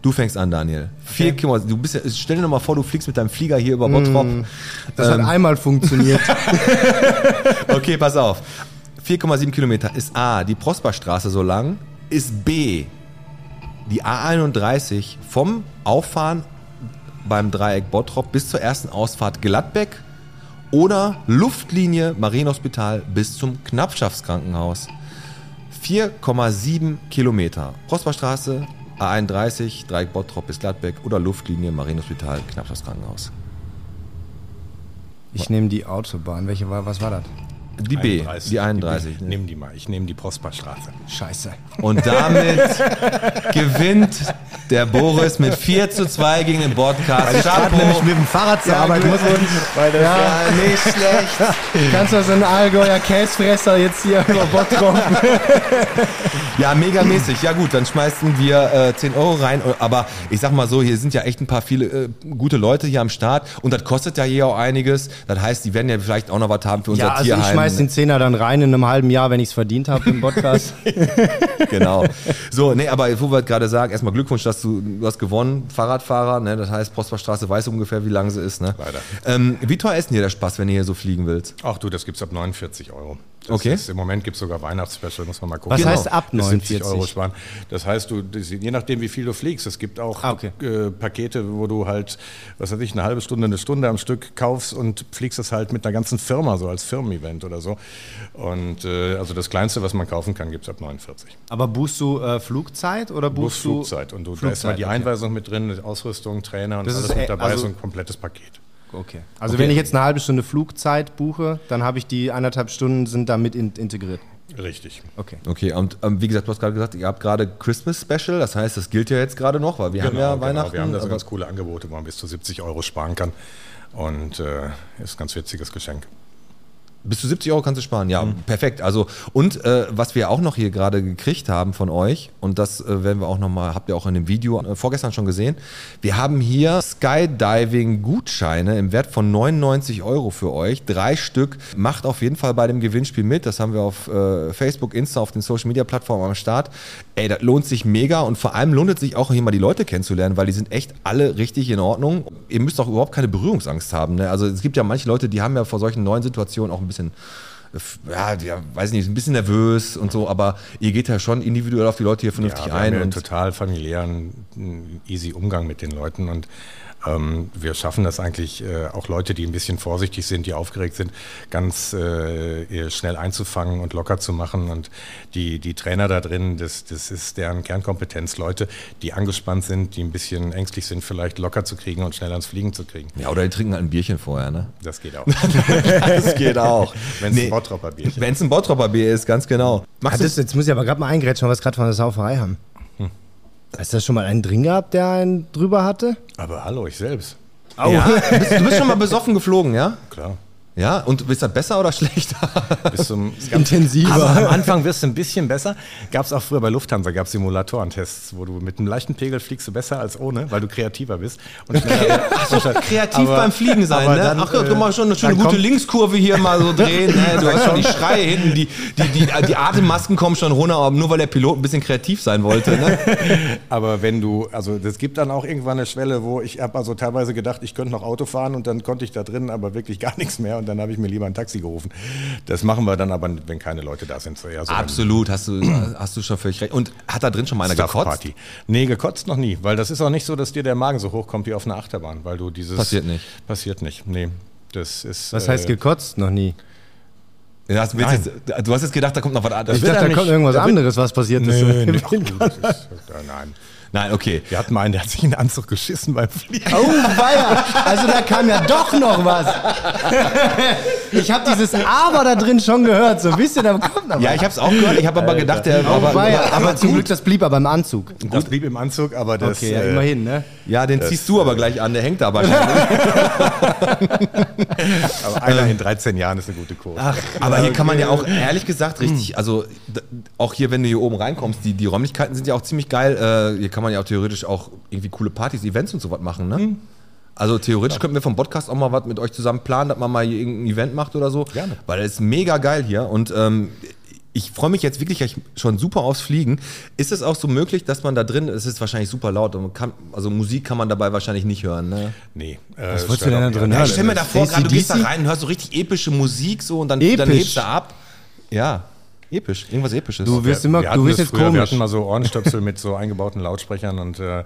Du fängst an, Daniel. 4, Kilometer. du bist ja, stell dir nochmal vor, du fliegst mit deinem Flieger hier über Bottrop.
Mm. das hat einmal funktioniert.
Okay, pass auf. 4,7 Kilometer ist A, die Prosperstraße so lang, ist B, die A31 vom Auffahren beim Dreieck Bottrop bis zur ersten Ausfahrt Gladbeck oder Luftlinie Marienhospital bis zum Knappschaftskrankenhaus. 4,7 Kilometer. Prosperstraße, A31, Dreieck Bottrop bis Gladbeck oder Luftlinie Marienhospital, Knappschaftskrankenhaus.
*laughs* Ich nehme die Autobahn. Welche war, was war das?
Die ne? B, die 31.
B. Nimm die mal. Ich nehme die Prosperstraße.
Scheiße.
Und damit gewinnt der Boris mit 4 zu 2 gegen den Podcast.
Hat Also nämlich mit dem Fahrrad zur Arbeit muss
Weil das ja.
Ja, nicht schlecht.
Kannst du so einen Allgäuer Käsefresser jetzt hier über Bottrop?
Ja, megamäßig. Ja gut, dann schmeißen wir äh, 10 Euro rein. Aber ich sag mal so, hier sind ja echt ein paar viele äh, gute Leute hier am Start. Und das kostet ja hier auch einiges. Das heißt, die werden ja vielleicht auch noch was haben für unser
Ja, also
Tierheim.
ich schmeiß den Zehner dann rein in einem halben Jahr, wenn ich es verdient habe im Podcast. *laughs*
genau. So, nee, aber wo wir gerade sagen, erstmal Glückwunsch, dass du, du hast gewonnen, Fahrradfahrer, ne? Das heißt, Prosperstraße weiß ungefähr, wie lang sie ist, ne?
Leider.
Ähm, wie teuer ist denn hier der Spaß, wenn ihr hier so fliegen willst?
Ach du, das gibt's ab 49 Euro. Das
Okay.
Ist, Im Moment gibt's sogar Weihnachtsspecial, muss man mal gucken. Genau.
Was heißt ab
Bis 70 Euro
49?
sparen. Das heißt, du, das, je nachdem, wie viel du fliegst, es gibt auch
Ah, okay.
äh, Pakete, wo du halt, was weiß ich, eine halbe Stunde, eine Stunde am Stück kaufst und fliegst das halt mit einer ganzen Firma, so als Firmen-Event oder so. Und äh, also das Kleinste, was man kaufen kann, gibt's ab 49.
Aber buchst du äh, Flugzeit oder
Plus
buchst du...
Flugzeit. Und du, da ist mal die
okay.
Einweisung mit drin, Ausrüstung, Trainer und
Das
alles
ist, äh,
mit dabei,
also-
so ein komplettes Paket.
Okay. Also wenn ich jetzt eine halbe Stunde Flugzeit buche, dann habe ich die anderthalb Stunden sind damit in, integriert.
Richtig.
Okay.
Okay, und ähm, wie gesagt, du hast gerade gesagt, ihr habt gerade Christmas Special, das heißt, das gilt ja jetzt gerade noch, weil wir haben ja Weihnachten.
Genau, Wir haben da so
aber-
ganz coole Angebote, wo man bis zu 70 Euro sparen kann. Und äh, ist ein ganz witziges Geschenk.
Bis zu 70 Euro kannst du sparen, ja, perfekt. Also, und äh, was wir auch noch hier gerade gekriegt haben von euch, und das äh, werden wir auch nochmal, habt ihr auch in dem Video äh, vorgestern schon gesehen, wir haben hier Skydiving-Gutscheine im Wert von 99 Euro für euch. Drei Stück. Macht auf jeden Fall bei dem Gewinnspiel mit. Das haben wir auf äh, Facebook, Insta, auf den Social Media Plattformen am Start. Ey, das lohnt sich mega und vor allem lohnt es sich auch hier mal die Leute kennenzulernen, weil die sind echt alle richtig in Ordnung. Ihr müsst auch überhaupt keine Berührungsangst haben. Ne? Also es gibt ja manche Leute, die haben ja vor solchen neuen Situationen auch ein bisschen, äh, f- ja, die, ja, weiß nicht, ein bisschen nervös und so, aber ihr geht ja schon individuell auf die Leute hier vernünftig
wir haben
ein.
ja einen
Und
total familiären, n- easy Umgang mit den Leuten und ähm, wir schaffen das eigentlich, äh, auch Leute, die ein bisschen vorsichtig sind, die aufgeregt sind, ganz äh, eh, schnell einzufangen und locker zu machen. Und die, die Trainer da drin, das, das ist deren Kernkompetenz, Leute, die angespannt sind, die ein bisschen ängstlich sind, vielleicht locker zu kriegen und schnell ans Fliegen zu kriegen.
ja, oder die trinken halt ein Bierchen vorher,
*laughs*
ne? *laughs*
Das geht auch.
Das geht auch.
Wenn es ein Bottropper-Bierchen
Wenn es ein Bottropper Bier ist, ganz genau. Machst
das, jetzt muss ich aber gerade mal eingrätschen, weil wir es gerade von der Sauferei haben.
Hm.
Hast du da schon mal einen drin gehabt, der einen drüber hatte?
Aber hallo, ich selbst.
du, ja? bist, du bist schon mal besoffen geflogen, ja?
Klar.
*laughs* Ja, und ist das besser oder schlechter?
*laughs* Bis zum, es gab,
Intensiver.
Also am Anfang wirst du ein bisschen besser. Gab es auch früher bei Lufthansa, gab es Simulatorentests, wo du mit einem leichten Pegel fliegst du besser als ohne, weil du kreativer bist.
*laughs*
Und schneller- und schneller-
Also kreativ
Aber-
beim Fliegen sein,
aber
ne?
dann,
Ach ja, guck mal, schon eine
äh,
schöne
dann
gute
kommt-
Linkskurve hier mal so drehen, ne? Du hast
*laughs*
schon die Schreie hinten, die, die, die, die Atemmasken kommen schon runter, aber nur weil der Pilot ein bisschen kreativ sein wollte, ne?
*laughs* Aber wenn du, also das gibt dann auch irgendwann eine Schwelle, wo ich habe also teilweise gedacht, ich könnte noch Auto fahren und dann konnte ich da drin aber wirklich gar nichts mehr und dann habe ich mir lieber ein Taxi gerufen. Das machen wir dann aber, wenn keine Leute da sind. So eher so ein-
Absolut, hast du, hast du schon völlig recht. Und hat da drin schon mal einer
Stuff
gekotzt?
Party. Nee, gekotzt noch nie, weil das ist auch nicht so, dass dir der Magen so hochkommt wie auf einer Achterbahn, weil du dieses.
Passiert nicht.
Passiert nicht, nee. Das ist. äh,
Was heißt gekotzt? Noch nie.
Ja, hast du jetzt- du hast jetzt gedacht, da kommt noch was anderes.
Ich dachte, da
nicht-
kommt irgendwas
da wird-
anderes, was passiert ist.
*laughs*
Nö, nö,
*laughs*
ach, du, das ist, äh, nein.
Nein, okay.
Wir hatten mal einen, der hat sich in den Anzug geschissen beim Fliegen.
Oh, weia. Also da kam ja doch noch was. Ich habe dieses Aber da drin schon gehört. So ein bisschen, da kommt noch was.
Ja, ich hab's auch gehört, ich habe aber gedacht, der
Oh,
aber,
weia. aber,
aber
zum Glück, das blieb aber im Anzug.
Das blieb im Anzug, aber das.
Okay, ja,
äh,
immerhin, ne?
Ja, den ziehst du aber gleich an, der hängt
*laughs*
da aber schon.
Aber einer
Ähm.
in 13 Jahren ist eine gute Quote.
Aber hier kann man ja auch ehrlich gesagt richtig, also d- auch hier, wenn du hier oben reinkommst, die, die Räumlichkeiten sind ja auch ziemlich geil. Äh, hier kann man ja auch theoretisch auch irgendwie coole Partys, Events und sowas machen, ne? Also theoretisch könnten wir vom Podcast auch mal was mit euch zusammen planen, dass man mal hier irgendein Event macht oder so.
Gerne.
Weil es ist mega geil hier und ähm, ich freue mich jetzt wirklich schon super aufs Fliegen. Ist es auch so möglich, dass man da drin, es ist wahrscheinlich super laut, und man kann, also Musik kann man dabei wahrscheinlich nicht hören, ne?
Nee. äh,
Was wolltest du denn da drin
Ja,
hören?
ich stell mir da vor,
AC/DC?
gerade du gehst da rein und hörst so richtig epische Musik so und dann, dann
Episch.
hebst du ab. Ja, episch. Irgendwas Episches.
Du wirst immer,
wir hatten
du wirst
das
jetzt
früher, Wir
komisch.
hatten mal so Ohrenstöpsel mit so eingebauten Lautsprechern und äh,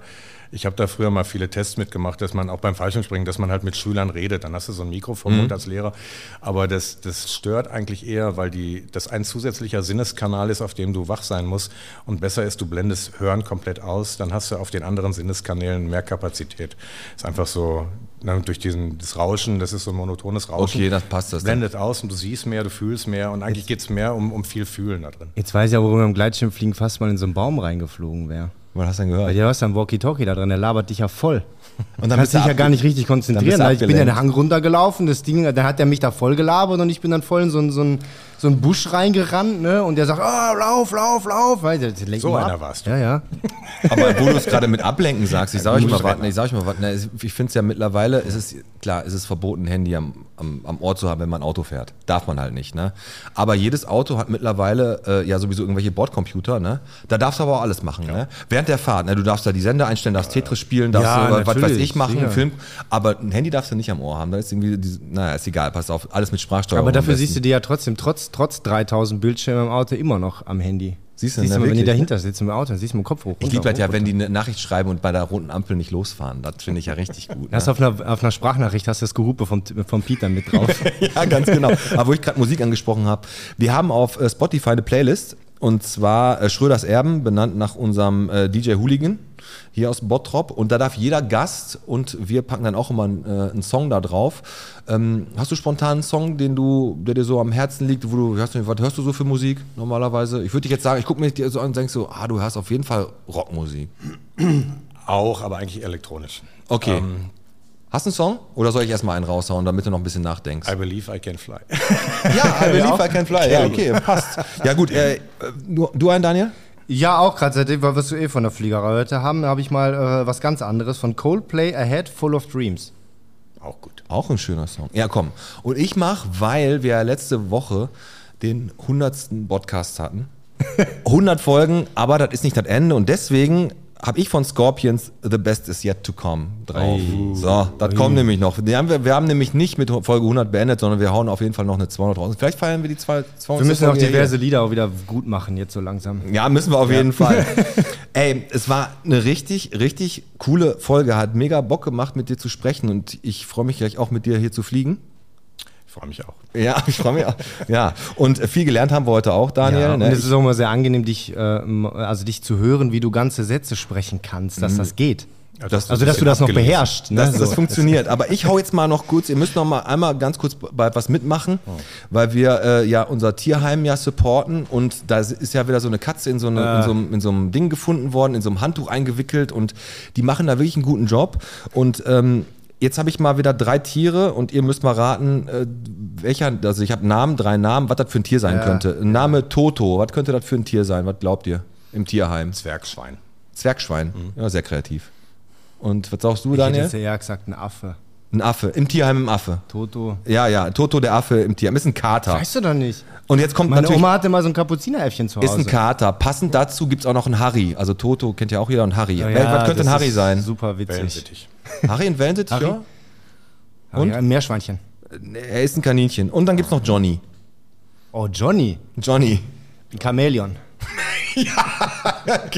Ich habe da früher mal viele Tests mitgemacht, dass man auch beim Fallschirmspringen, dass man halt mit Schülern redet. Dann hast du so ein Mikro
Mhm.
vor dem Mund als Lehrer. Aber das, das stört eigentlich eher, weil die, das ein zusätzlicher Sinneskanal ist, auf dem du wach sein musst. Und besser ist, du blendest Hören komplett aus. Dann hast du auf den anderen Sinneskanälen mehr Kapazität. Ist einfach so, na, durch diesen, das Rauschen, das ist so ein monotones Rauschen.
Okay, das passt, das dann.
Blendet aus und du siehst mehr, du fühlst mehr. Und eigentlich geht es mehr um, um viel Fühlen da drin.
Jetzt weiß ich ja, warum ich im Gleitschirmfliegen fast mal in so einen Baum reingeflogen wäre.
Was hast du denn
Weil
gehört?
du hörst dann Walkie-Talkie da drin, der labert dich ja
*laughs*
voll.
Und
Und
dann
dann
bist
kannst
du
dich ja
abge-
gar nicht richtig konzentrieren.
dann
Also
bist du
Ich bin ja den
abgelenkt.
Hang runtergelaufen, das Ding, dann hat er mich da voll gelabert und ich bin dann voll in so einen so einen- so einen Busch reingerannt, ne? Und der sagt, ah, lauf, lauf, lauf. Weißt du, das lenkt
So
mal ab.
einer warst du.
Ja, ja.
Aber wo du es gerade mit ablenken sagst, ich sage euch mal was, ne, ich sag euch mal was, ne, es- ich finde es ja mittlerweile, es ist klar, es ist verboten, ein Handy am, am, am Ort zu haben, wenn man Auto fährt. Darf man halt nicht, ne? Aber jedes Auto hat mittlerweile äh, ja sowieso irgendwelche Bordcomputer, ne? Da darfst du aber auch alles machen, ne? Während der Fahrt, ne? Du darfst da die Sender einstellen, darfst Tetris spielen, darfst
Ja,
du, was weiß
natürlich,
ich machen,
sicher.
Film, aber ein Handy darfst du nicht am Ohr haben, da ist irgendwie, diese, naja, ist egal, pass auf, alles mit Sprachsteuerung.
Aber dafür siehst du die ja trotzdem, trotz, trotz 3000 Bildschirme im Auto, immer noch am Handy.
Siehst du,
siehst
ne,
du mal, wenn die
wirklich,
dahinter sitzt im Auto, dann siehst du mit dem Kopf hoch.
Ich
runter,
liebe das ja,
hoch,
wenn die eine Nachricht schreiben und bei der roten Ampel nicht losfahren. Das finde ich ja richtig gut.
Hast auf einer, auf einer Sprachnachricht hast du das Gehupe vom, vom Peter
*laughs*
mit drauf.
ja, ganz genau. Aber wo ich gerade Musik angesprochen habe, wir haben auf äh, Spotify eine Playlist und zwar äh, Schröders Erben, benannt nach unserem äh, DJ Hooligan hier aus Bottrop. Und da darf jeder Gast und wir packen dann auch immer einen, äh, einen Song da drauf. Ähm, hast du spontan einen Song, den du, der dir so am Herzen liegt, wo du, hast du, was hörst du so für Musik normalerweise? Ich würde dich jetzt sagen, ich gucke mir dir so an und denk so, ah, du hörst auf jeden Fall Rockmusik.
Auch, aber eigentlich elektronisch.
Okay. Ähm, Hast du einen Song? Oder soll ich erstmal einen raushauen, damit du noch ein bisschen nachdenkst?
I believe I can fly. *laughs*
*laughs* Ja, I believe I can fly. Ja, okay, passt. Ja, gut. Äh, du, du ein, Daniel?
Ja, auch gerade seitdem, weil wir es eh von der Fliegerei heute haben, habe ich mal äh, was ganz anderes von Coldplay Ahead Full of Dreams.
Auch gut.
Auch ein schöner Song. Ja, komm. Und ich mach, weil wir letzte Woche den 100. Podcast *laughs* hatten. 100 Folgen, aber das ist nicht das Ende. Und deswegen habe ich von Scorpions The Best Is Yet To Come drauf. so, das kommt nämlich noch. Die haben wir, wir haben nämlich nicht mit Folge 100 beendet, sondern wir hauen auf jeden Fall noch eine 200 raus. Vielleicht feiern wir die zwei- 200.
Wir müssen auch
Folge hier.
diverse Lieder auch wieder gut machen, jetzt so langsam.
Ja, müssen wir auf jeden
*laughs*
Fall. Ey, es war eine richtig, richtig coole Folge. Hat mega Bock gemacht, mit dir zu sprechen. Und ich freue mich gleich auch mit dir hier zu fliegen.
Ich freue mich auch.
Ja, *laughs* ich freue mich auch. Ja, und äh, viel gelernt haben wir heute auch, Daniel.
Ja, und
ne?
es ist auch immer sehr angenehm, dich, äh, m- also dich zu hören, wie du ganze Sätze sprechen kannst,
Mhm.
dass das geht.
dass
also,
du
dass
ein
du
bisschen
das noch
abgelesen.
beherrschst. Ne?
Das,
so.
das
*laughs*
funktioniert. Aber ich hau jetzt mal noch kurz, ihr müsst noch mal einmal ganz kurz bei was mitmachen,
Oh.
weil wir äh, ja unser Tierheim ja supporten und da ist ja wieder so eine Katze in so, eine,
Ah.
in, so einem, in so einem Ding gefunden worden, in so einem Handtuch eingewickelt und die machen da wirklich einen guten Job. Und ähm, jetzt habe ich mal wieder drei Tiere und ihr müsst mal raten, äh, welcher, also ich habe Namen, drei Namen, was das für ein Tier sein könnte. Name Toto, was könnte das für ein Tier sein? Was glaubt ihr im Tierheim?
Zwergschwein.
Zwergschwein. Ja, sehr kreativ. Und was sagst du,
Mhm. ich hätte
Daniel?
jetzt eher gesagt, ein Affe.
Ein Affe, im Tierheim im Affe.
Toto.
Ja, ja, Toto der Affe im Tierheim. Ist ein Kater.
Weißt du doch nicht.
Und jetzt kommt
Meine
natürlich,
Oma hatte mal so ein Kapuzineräffchen zu Hause.
ist ein Kater. Passend dazu gibt es auch noch einen Harry. Also Toto kennt ja auch jeder und Harry.
Ja,
Wer, was könnte
das
ein Harry
ist
sein?
Super witzig.
Wellensittich.
Harry in Wellensittich,
Harry?
ja?
Und? Ja, ein Meerschweinchen.
Er ist ein Kaninchen. Und dann gibt es noch Johnny.
Oh, Johnny.
Johnny. *laughs*
Ein Chamäleon.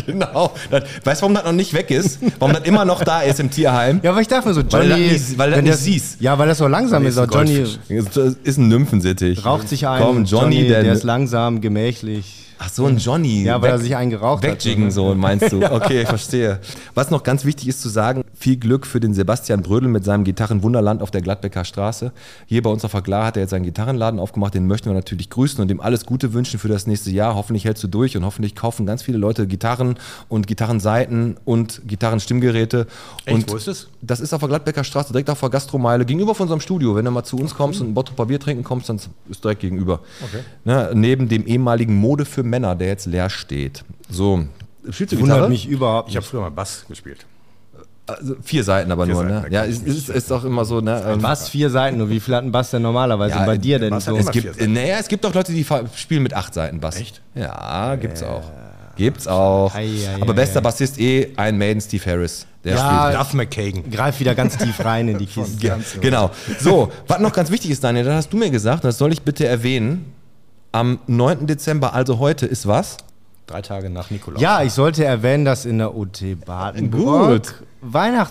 genau. Das, weißt du, warum das noch nicht weg ist? Warum das immer noch da ist im Tierheim?
Ja, aber ich dachte mir so,
Weil
Johnny.
du das nicht- weil du das
wenn
nicht
das-
siehst.
Ja, weil das so langsam ist.
ein
aber Johnny
Goldfisch.
Ist, ist ein Nymphensittich.
raucht sich ein.
Komm, Johnny,
der,
der,
ist langsam, gemächlich.
Ach so, ein Johnny.
Ja, weil
Weg-
er sich einen geraucht hat.
Wegjiggen so, meinst
*laughs*
du? Okay, ich verstehe. Was noch ganz wichtig ist zu sagen, viel Glück für den Sebastian Brödel mit seinem Gitarrenwunderland auf der Gladbecker Straße. Hier bei uns auf der Klar hat er jetzt seinen Gitarrenladen aufgemacht, den möchten wir natürlich grüßen und ihm alles Gute wünschen für das nächste Jahr. Hoffentlich hältst du durch und hoffentlich kaufen ganz viele Leute Gitarren und Gitarrenseiten und Gitarrenstimmgeräte.
Echt?
und
Wo ist das?
Das ist auf der Gladbecker Straße, direkt auf der Gastromeile, gegenüber von unserem Studio. Wenn du mal zu uns kommst und ein Bottroper Bier trinken kommst, dann ist direkt gegenüber. Ne, neben dem ehemaligen Mode für Männer, der jetzt leer steht. So. Spielst du Gitarre?
Wundert mich überhaupt.
Ich habe früher mal Bass gespielt.
Also vier Seiten aber nur,
Seiten,
ne?
da
Ja,
kann
es
ich
ist, ist auch immer so, ne? ähm,
Was? Vier Seiten? Und wie viel hat ein Bass denn normalerweise
Ja,
bei dir denn
Bass hat
so?
immer
Es gibt,
vier
naja, es gibt auch Leute, die fa- spielen mit acht Seiten Bass.
Echt?
Ja, gibt's auch. Gibt's auch.
Ei, ei,
aber
ei,
bester
ei.
Bassist eh ein Maiden Steve Harris. Der
Ja,
spielt.
Duff McKagan.
Greif wieder ganz tief
*laughs*
rein in die Kiste.
Ge- Genau. So, was noch ganz wichtig ist, Daniel, das hast du mir gesagt, das soll ich bitte erwähnen. Am 9. Dezember, also heute, ist was?
Drei Tage nach Nikolaus.
Ja, ich sollte erwähnen, dass in der OT Badenburg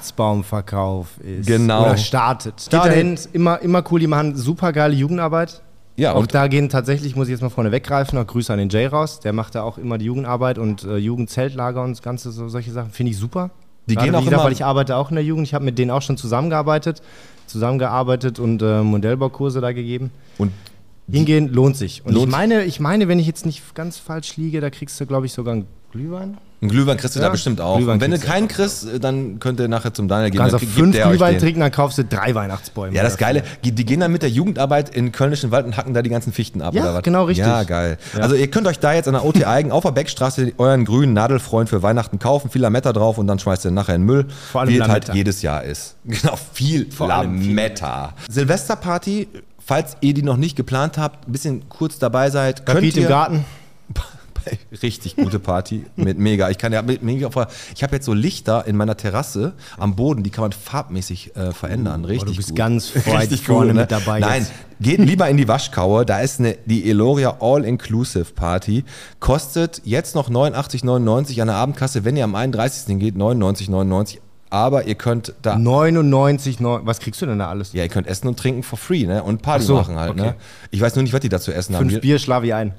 Weihnachtsbaumverkauf ist.
Genau.
Oder startet. Dahin immer, immer cool, die machen super geile Jugendarbeit.
Ja,
auch
und-
da gehen tatsächlich, muss ich jetzt mal vorne weggreifen, noch Grüße an den Jay raus. Der macht da auch immer die Jugendarbeit und äh, Jugendzeltlager und das ganze so, solche Sachen. Finde ich super.
Die gehen
wie
auch
gesagt,
immer-
Weil ich arbeite auch in der Jugend. Ich habe mit denen auch schon zusammengearbeitet, zusammengearbeitet und äh, Modellbaukurse da gegeben.
Und
Hingehen lohnt sich. Und
Lohnt-
ich meine, ich meine, wenn ich jetzt nicht ganz falsch liege, da kriegst du, glaube ich, sogar einen Glühwein.
einen Glühwein kriegst du
Ja,
da bestimmt auch.
Glühwein
Und wenn du
kriegst du
keinen kriegst, äh, dann könnt ihr nachher zum Daniel gehen.
kannst
dann
auch
kriegt-
fünf
der euch
Glühwein
den.
trinken, dann kaufst du drei Weihnachtsbäume.
Ja, das Geile, die, die gehen dann mit der Jugendarbeit in Kölnischen Wald und hacken da die ganzen Fichten ab.
Ja,
oder was?
genau, richtig.
Ja, geil. Also ihr könnt euch da jetzt an der OT Eigen auf der Beckstraße euren grünen Nadelfreund für Weihnachten kaufen, viel Lametta drauf und dann schmeißt ihr ihn nachher in den Müll,
Vor allem
wie es halt
Lametta.
jedes Jahr
*laughs*
ist. Genau, viel
allem viel
Lametta. Silvesterparty, falls ihr die noch nicht geplant habt, ein bisschen kurz dabei seid, könnt
Piet
ihr...
im Garten.
Richtig gute Party mit mega. Ich kann ja mit mega vor- Ich habe jetzt so Lichter in meiner Terrasse am Boden, die kann man farbmäßig äh, verändern. Richtig.
Oh, du bist
gut. *laughs* ne?
ganz weit vorne mit dabei
Nein,
jetzt.
geht lieber in die Waschkaue. Da ist eine, die Eloria All-Inclusive Party. Kostet jetzt noch 89,99 an der Abendkasse, wenn ihr am 31. geht, 99,99. Aber ihr könnt da
99, neun- was kriegst du denn da alles?
ja, ihr könnt essen und trinken for free, ne? Und Party
Ach so,
machen halt, ne?
okay.
Ich weiß nur nicht, was die dazu essen haben.
Fünf
Wir-
Bier schlafe ich ein.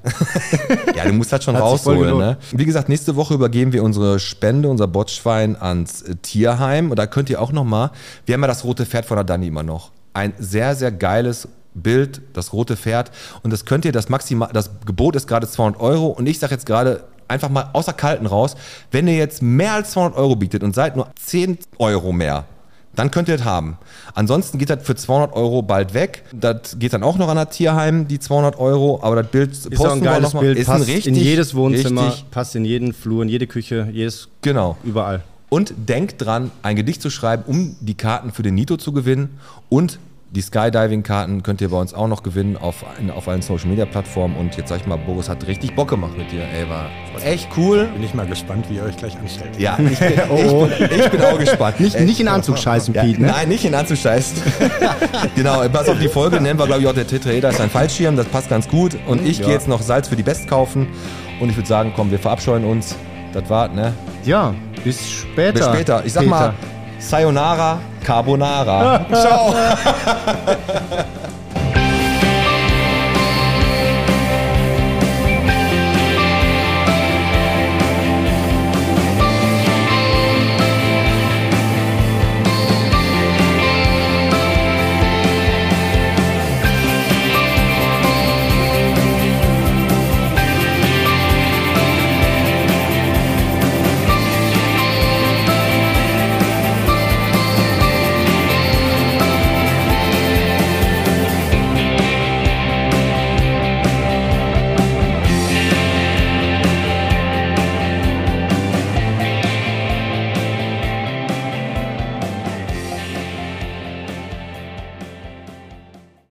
ja, du musst halt schon
Hat sich voll
rausholen.
gelohnt.
Ne? Wie gesagt, nächste Woche übergeben wir unsere Spende, unser Botschwein ans äh, Tierheim. Und da könnt ihr auch nochmal, wir haben ja das rote Pferd von der Dani immer noch. Ein sehr, sehr geiles Bild, das rote Pferd. Und das könnt ihr, das maximal, das Gebot ist gerade 200 Euro. Und ich sage jetzt gerade einfach mal außer Kalten raus, wenn ihr jetzt mehr als 200 Euro bietet und seid nur 10 Euro mehr, dann könnt ihr das haben. Ansonsten geht das für 200 Euro bald weg. Das geht dann auch noch an das Tierheim, die 200 Euro. Aber das Bild
Ist auch ein geiles Bild,
ist ein
passt
richtig,
in jedes Wohnzimmer,
Richtig,
passt in jeden Flur, in jede Küche, jedes,
genau.
überall.
Und denkt dran, ein Gedicht zu schreiben, um die Karten für den Nito zu gewinnen. Und die Skydiving-Karten könnt ihr bei uns auch noch gewinnen auf, allen- auf allen Social-Media-Plattformen. Und jetzt sag ich mal, Boris hat richtig Bock gemacht mit dir. Ey, war echt cool.
Bin ich mal gespannt, wie ihr euch gleich anstellt.
Ja, *laughs* ich bin, ich bin, ich bin auch gespannt.
Nicht,
Ey,
Oh. nicht in Anzug scheißen,
Ja,
Piet. Ne?
Nein, nicht ihn anzuscheißen. *laughs* genau, pass auf die Folge, nennen wir, glaube ich, auch der Tetraeder ist ein Fallschirm, das passt ganz gut. Und ich gehe jetzt noch Salz für die Best kaufen. Und ich würde sagen, komm, wir verabscheuen uns. Das war's, ne?
Ja, bis später.
Bis später. Ich sag mal, Sayonara Carbonara. Ciao.